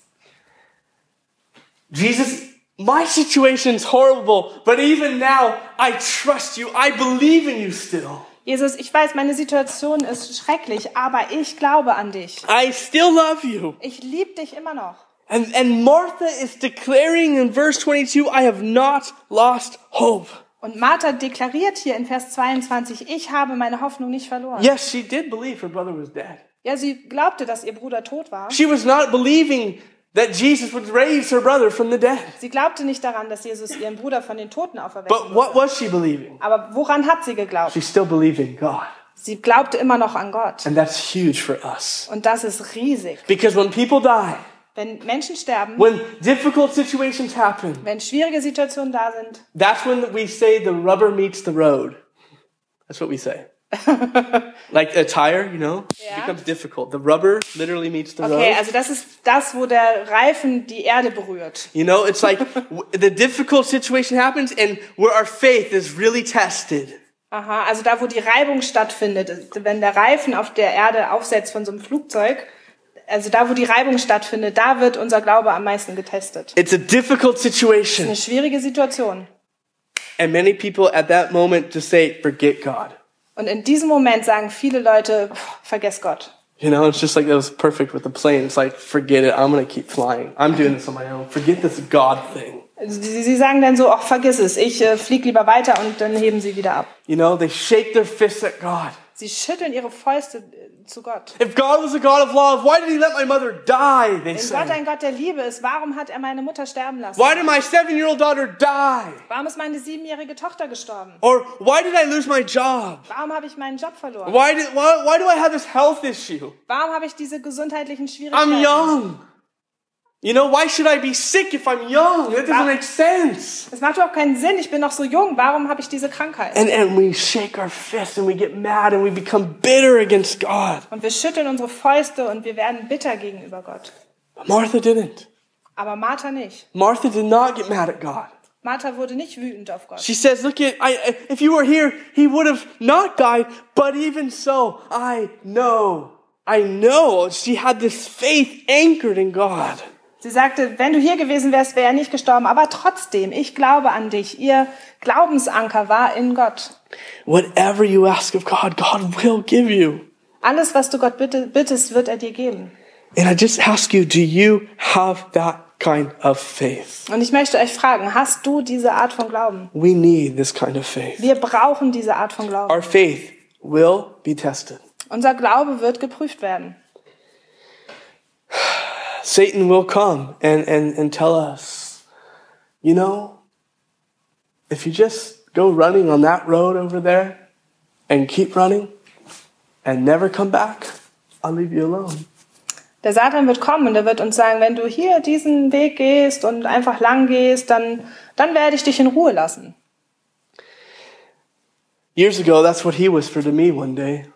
S2: Jesus, my situation's horrible, but even now, I trust you. I believe in you still.
S3: Jesus, ich weiß, meine Situation ist schrecklich, aber ich glaube an dich.
S2: I still love you.
S3: Ich liebe dich immer noch.
S2: And, and Martha is declaring in verse 22, I have not lost hope.
S3: Und Martha deklariert hier in Vers 22, ich habe meine Hoffnung nicht verloren.
S2: Yes, she did believe her brother was dead.
S3: Ja, sie glaubte, dass ihr Bruder tot war.
S2: She was not believing that Jesus would raise her brother from the dead.
S3: Sie glaubte nicht daran, dass Jesus ihren Bruder von den Toten auferweckt.
S2: But what was she believing?
S3: Aber woran hat sie geglaubt?
S2: She still believed in God.
S3: Sie glaubte immer noch an Gott.
S2: And that's huge for us.
S3: Und das ist riesig.
S2: Because when people die,
S3: Wenn Menschen sterben,
S2: when difficult situations happen,
S3: wenn schwierige Situationen da sind,
S2: that's when we say the rubber meets the road. That's what we say.
S3: <laughs>
S2: like a tire, you know,
S3: Yeah.
S2: it becomes difficult. The rubber literally meets the
S3: okay,
S2: road.
S3: also das ist das, wo der Reifen die Erde berührt.
S2: You know, it's like w- <laughs> the difficult situation happens and where our faith is really tested.
S3: Aha, also da, wo die Reibung stattfindet, wenn der Reifen auf der Erde aufsetzt von so einem Flugzeug, also da, wo die Reibung stattfindet, da wird unser Glaube am meisten getestet.
S2: It's a difficult situation.
S3: Eine schwierige Situation.
S2: And many people at that moment just say, forget God.
S3: Und in diesem Moment sagen viele Leute, "Pff, vergess Gott.
S2: You know, it's just like that was perfect with the plane. It's like, forget it. I'm going to keep flying. I'm doing this on my own. Forget this God thing.
S3: Also Sie, sie sagen dann so, ach, vergiss es, ich äh, flieg lieber weiter und dann heben sie wieder ab.
S2: You know, they shake their fists at God.
S3: Sie schütteln ihre Fäuste äh, zu Gott.
S2: If God was a God of love, why did he let my mother die? They
S3: Wenn Gott
S2: say.
S3: ein Gott der Liebe ist, warum hat er meine Mutter sterben lassen?
S2: Why did my seven year old daughter die?
S3: Warum ist meine siebenjährige Tochter gestorben?
S2: Or why did I lose my job?
S3: Warum habe ich meinen Job verloren?
S2: Why, did, why, why do I have this health issue?
S3: Warum habe ich diese gesundheitlichen
S2: I'm
S3: Schwierigkeiten?
S2: young. You know, why should I be sick if I'm young? That doesn't make sense.
S3: Es macht überhaupt keinen Sinn, ich bin noch so jung, warum habe ich diese Krankheit?
S2: And, and we shake our fists and we get mad and we become bitter against God.
S3: Und wir schütteln unsere Fäuste und wir werden bitter gegenüber Gott.
S2: But Martha didn't.
S3: Aber Martha nicht.
S2: Martha did not get mad at God.
S3: Martha wurde nicht wütend auf Gott.
S2: She says, Look at, I, I- if you were here, he would have not died, but even so, I know. I know. She had this faith anchored in God.
S3: Sie sagte, wenn du hier gewesen wärst, wäre er nicht gestorben. Aber trotzdem, ich glaube an dich. Ihr Glaubensanker war in Gott.
S2: Whatever you ask of God, God will give you.
S3: Alles, was du Gott bitte, bittest, wird er dir geben.
S2: And I just ask you, do you have that kind of faith?
S3: Und ich möchte euch fragen, hast du diese Art von Glauben?
S2: We need this kind of faith.
S3: Wir brauchen diese Art von Glauben.
S2: Our faith will be tested.
S3: Unser Glaube wird geprüft werden.
S2: Satan will come and, and, and tell us, you know, if you just go running on that road over there and keep running and never come back, I'll leave you alone.
S3: Der Satan wird kommen und er wird uns sagen, wenn du hier diesen Weg gehst und einfach lang gehst, dann, dann werde ich dich in Ruhe lassen.
S2: Years ago, that's what he whispered to me one day.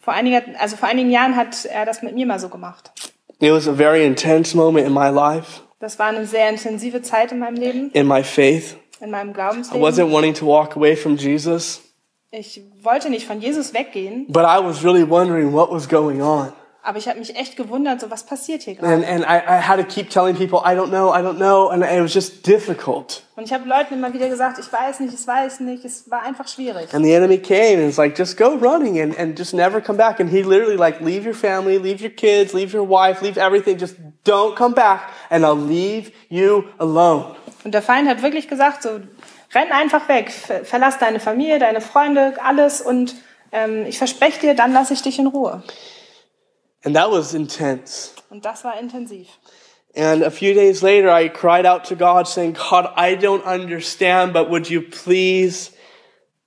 S3: Vor einiger, also vor einigen Jahren hat er das mit mir mal so gemacht.
S2: It was a very intense moment in my life,
S3: Das war eine sehr intensive Zeit in meinem Leben,
S2: in my faith.
S3: in meinem
S2: I
S3: Glaubensleben.
S2: wasn't wanting to walk away from Jesus,
S3: Ich wollte nicht von Jesus weggehen,
S2: but I was really wondering what was going on.
S3: aber ich habe mich echt gewundert, so was passiert hier gerade.
S2: And, and I, I had to keep telling people, I don't know, I don't know. And it was just difficult.
S3: Und ich habe Leuten immer wieder gesagt, ich weiß nicht, ich weiß nicht, es war einfach schwierig.
S2: And the enemy came and it's like, just go running and, and just never come back. And he literally like, leave your family, leave your kids, leave your wife, leave everything. Just don't come back and I'll leave you alone.
S3: Und der Feind hat wirklich gesagt, so renn einfach weg, ver- verlass deine Familie, deine Freunde, alles und ähm, ich verspreche dir, dann lasse ich dich in Ruhe.
S2: And that was intense.
S3: Und das war intensiv.
S2: And a few days later, I cried out to God saying, God, I don't understand, but would you please,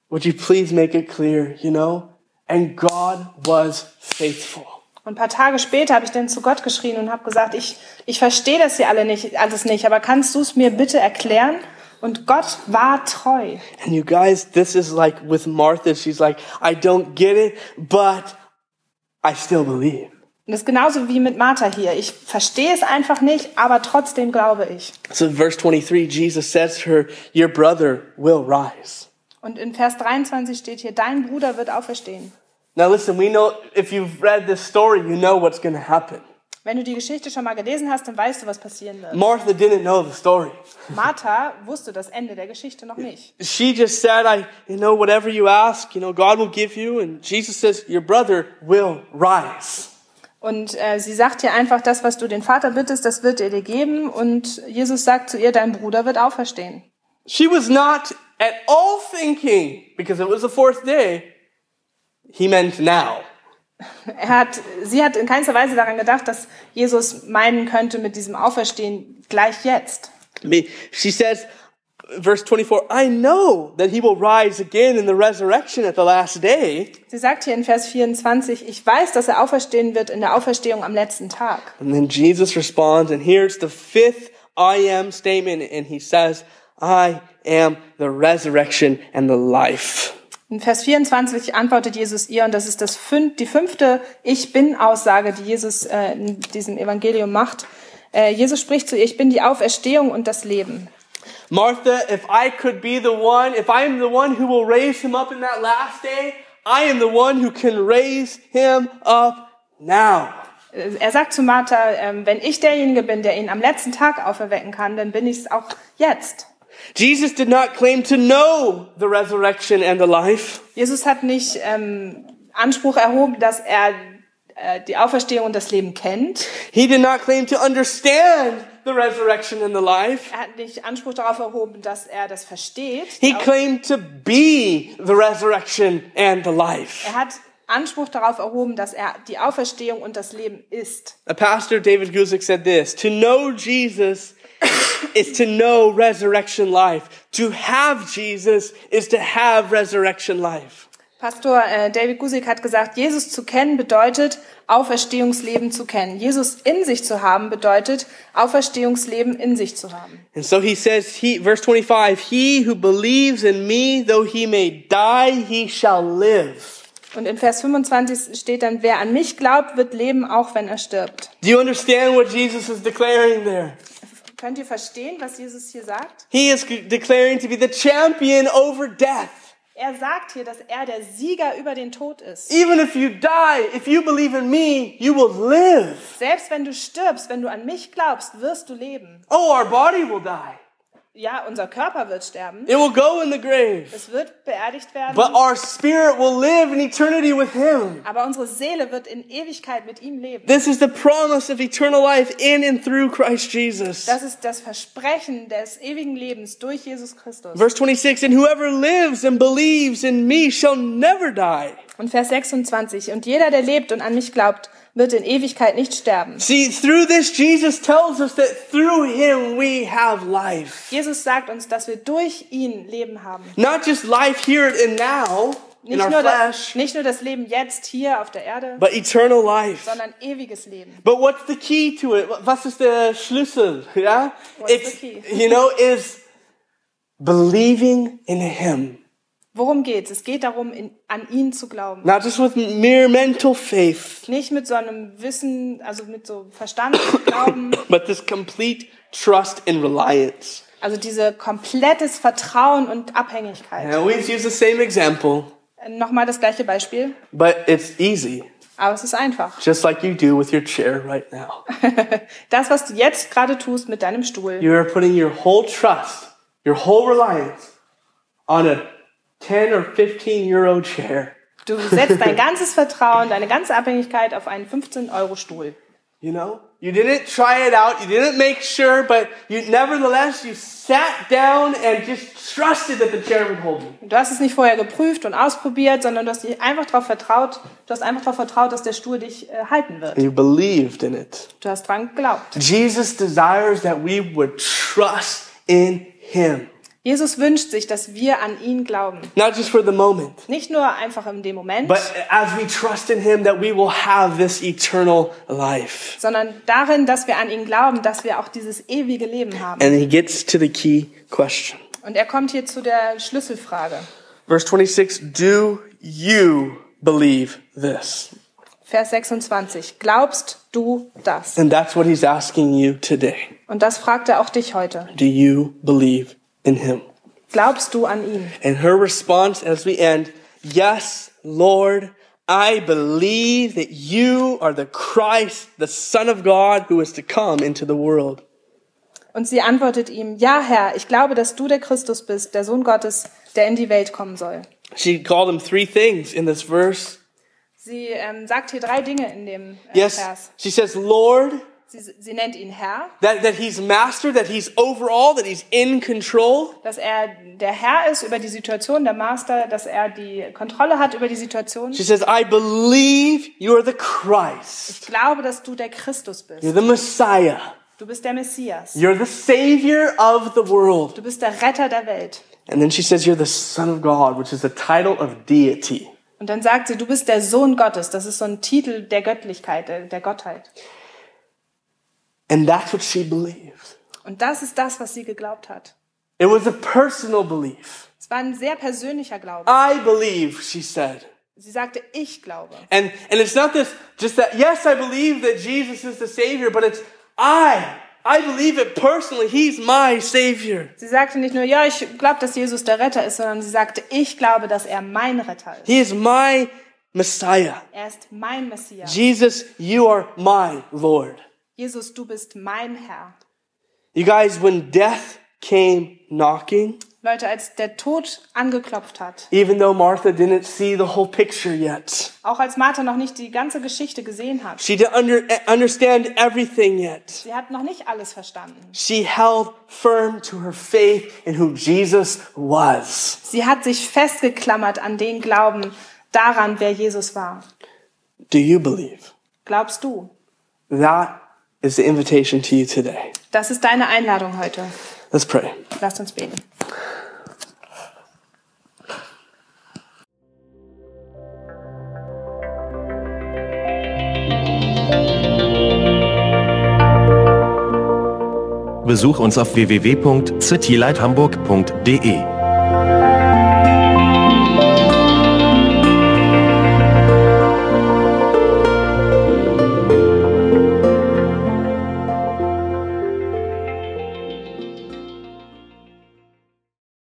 S2: would you please make it clear, you know? And God was faithful.
S3: Und ein paar Tage später habe ich dann zu Gott geschrien und habe gesagt, ich, ich verstehe das hier alle nicht, alles nicht, aber kannst du es mir bitte erklären? Und Gott war treu.
S2: And you guys, this is like with Martha. She's like, I don't get it, but I still believe.
S3: Und das ist genauso wie mit Martha hier. Ich verstehe es einfach nicht, aber trotzdem glaube ich.
S2: So verse 23, Jesus says to her, your brother will rise.
S3: Und in Vers 23 steht hier, dein Bruder wird auferstehen.
S2: Now listen, we know if you've read this story, you know what's going to happen.
S3: Wenn du die Geschichte schon mal gelesen hast, dann weißt du, was passieren wird.
S2: Martha didn't know the story.
S3: Martha wusste das Ende der Geschichte noch nicht.
S2: She just said, I, you know, whatever you ask, you know, God will give you. And Jesus says, your brother will rise.
S3: Und äh, sie sagt hier einfach, das, was du den Vater bittest, das wird er dir geben. Und Jesus sagt zu ihr, dein Bruder wird auferstehen.
S2: She was not at all thinking, because it was the fourth day, he meant now.
S3: Er hat, sie hat in keinster Weise daran gedacht, dass Jesus meinen könnte mit diesem Auferstehen gleich jetzt.
S2: Me- She says, verse 24, I know that he will rise again in the resurrection at the last day.
S3: Sie sagt hier in Vers 24, ich weiß, dass er auferstehen wird in der Auferstehung am letzten Tag.
S2: And then Jesus responds, and here's the fifth I am statement, and he says, I am the resurrection and the life.
S3: In Vers 24 antwortet Jesus ihr, und das ist das fün die fünfte Ich bin-Aussage, die Jesus äh, in diesem Evangelium macht. Äh, Jesus spricht zu ihr, ich bin die Auferstehung und das Leben.
S2: Martha, if I could be the one, if I am the one who will raise him up in that last day, I am the one who can raise him up now.
S3: Äh, Er sagt zu Martha, ähm, wenn ich derjenige bin, der ihn am letzten Tag auferwecken kann, dann bin ich es auch jetzt.
S2: Jesus did not claim to know the resurrection and the life.
S3: Jesus hat nicht ähm, Anspruch erhoben, dass er äh, die Auferstehung und das Leben kennt.
S2: He did not claim to understand the resurrection and the life.
S3: Er hat nicht Anspruch darauf erhoben, dass er das versteht.
S2: He claimed to be the resurrection and the life.
S3: Er hat Anspruch darauf erhoben, dass er die Auferstehung und das Leben ist.
S2: A pastor, David Guzik, said this To know Jesus <coughs> is to know resurrection life. To have Jesus is to have resurrection life.
S3: Pastor äh, David Gusick hat gesagt, Jesus zu kennen bedeutet, Auferstehungsleben zu kennen. Jesus in sich zu haben bedeutet, Auferstehungsleben in sich zu haben.
S2: And so he says, he, verse 25, He who believes in me, though he may die, he shall live.
S3: Und in Vers 25 steht dann, wer an mich glaubt, wird leben, auch wenn er stirbt.
S2: Do you understand what Jesus is declaring there?
S3: Könnt ihr verstehen, was Jesus hier sagt?
S2: He is declaring to be the champion over death.
S3: Er sagt hier, dass er der Sieger über den Tod ist.
S2: Even if you die, if you believe in me, you will live.
S3: Selbst wenn du stirbst, wenn du an mich glaubst, wirst du leben.
S2: Oh, our body will die.
S3: Ja, unser Körper wird sterben.
S2: It will go in the grave.
S3: Es wird beerdigt werden.
S2: But our spirit will live in eternity with him.
S3: aber unsere Seele wird in Ewigkeit mit ihm leben.
S2: This is the promise of eternal life in and through Christ Jesus.
S3: Das ist das Versprechen des ewigen Lebens durch Jesus Christus.
S2: Verse 26 And whoever lives and believes in me shall never die.
S3: Und Vers 26. Und jeder, der lebt und an mich glaubt, wird in Ewigkeit nicht sterben.
S2: See, through this, Jesus tells us that through him we have life.
S3: Jesus sagt uns, dass wir durch ihn Leben haben.
S2: Not just life here and now in
S3: Nicht
S2: our
S3: nur, das,
S2: flesh,
S3: nicht nur das Leben jetzt hier auf der Erde,
S2: but eternal life.
S3: sondern ewiges Leben.
S2: But what's the key to it? What- Was ist der Schlüssel? Yeah?
S3: What's
S2: it's,
S3: the key?
S2: You know, is believing in Him.
S3: Worum geht's? Es geht darum, in, an ihn zu glauben.
S2: not just with mere mental faith,
S3: Nicht mit so einem Wissen, also mit so Verstand glauben,
S2: but this complete trust and reliance.
S3: also diese komplettes Vertrauen und Abhängigkeit.
S2: I always use the same example,
S3: Äh, Nochmal das gleiche Beispiel,
S2: but it's easy,
S3: aber es ist einfach. <laughs>
S2: just like you do with your chair right now.
S3: Das, was du jetzt gerade tust mit deinem Stuhl,
S2: You are putting your whole trust, your whole reliance on a 10 or 15 euro chair.
S3: du setzt dein ganzes Vertrauen, deine ganze Abhängigkeit auf einen 15-Euro-Stuhl.
S2: You know, you didn't try it out, you didn't make sure, but you nevertheless you sat down and just trusted that the chair would hold you.
S3: Du hast es nicht vorher geprüft und ausprobiert, sondern du hast dich einfach darauf vertraut, du hast einfach darauf vertraut, dass der Stuhl dich äh, halten wird.
S2: You believed in it.
S3: Du hast dran geglaubt.
S2: Jesus desires that we would trust in him,
S3: Jesus wünscht sich, dass wir an ihn glauben.
S2: not just for the moment,
S3: Nicht nur einfach in dem Moment,
S2: but as we trust in him that we will have this eternal life.
S3: sondern darin, dass wir an ihn glauben, dass wir auch dieses ewige Leben haben.
S2: And he gets to the key question.
S3: Und er kommt hier zu der Schlüsselfrage.
S2: Verse 26, do you believe this?
S3: Vers 26. Glaubst du das?
S2: And that's what he's asking you today.
S3: Und das fragt er auch dich heute.
S2: Do you believe in him?
S3: Glaubst du an ihn?
S2: And her response as we end, Yes, Lord, I believe that you are the Christ, the Son of God, who is to come into the world.
S3: Und sie antwortet ihm, ja Herr, ich glaube, dass du der Christus bist, der Sohn Gottes, der in die Welt kommen soll.
S2: She called him three things in this verse.
S3: Sie ähm, sagt hier drei Dinge in dem äh,
S2: Yes,
S3: Vers.
S2: she says, Lord,
S3: Sie, sie nennt ihn Herr,
S2: that, that he's master, that he's over all, that he's in control.
S3: dass er der Herr ist über die Situation, der Master, dass er die Kontrolle hat über die Situation.
S2: She says, I believe you are the
S3: Ich
S2: Christ.
S3: glaube, dass du der Christus
S2: You're
S3: bist.
S2: the Messiah.
S3: Du bist der Messias.
S2: You're the Savior of the world.
S3: Du bist der Retter der Welt.
S2: And then she says, You're the Son of God, which is the title of deity.
S3: Und dann sagt sie, du bist der Sohn Gottes. Das ist so ein Titel der Göttlichkeit, der, der Gottheit.
S2: And that's what she believed.
S3: Und das ist das, was sie geglaubt hat.
S2: It was a personal belief.
S3: Es war ein sehr persönlicher Glaube.
S2: I believe, she said.
S3: Sie sagte, ich glaube.
S2: And, and it's not this, just that, yes, I believe that Jesus is the Savior, but it's I. I believe it personally. He's my Savior.
S3: Sie sagte nicht nur, ja, ich glaube, dass Jesus der Retter ist, sondern sie sagte, ich glaube, dass er mein Retter ist.
S2: He is my Messiah.
S3: Er ist mein Messias.
S2: Jesus, you are my Lord.
S3: Jesus, du bist mein Herr.
S2: You guys, when death came knocking,
S3: Leute, als der Tod angeklopft hat,
S2: even though Martha didn't see the whole picture yet,
S3: auch als Martha noch nicht die ganze Geschichte gesehen hat,
S2: she didn't under, understand everything yet.
S3: sie hat noch nicht alles verstanden.
S2: She held firm to her faith in who Jesus was.
S3: Sie hat sich festgeklammert an den Glauben, daran, wer Jesus war.
S2: Do you believe?
S3: Glaubst du?
S2: That is the invitation to you today.
S3: Das ist deine Einladung heute.
S2: Let's pray.
S3: Lasst uns beten.
S1: Besuch uns auf www.citylighthamburg.de.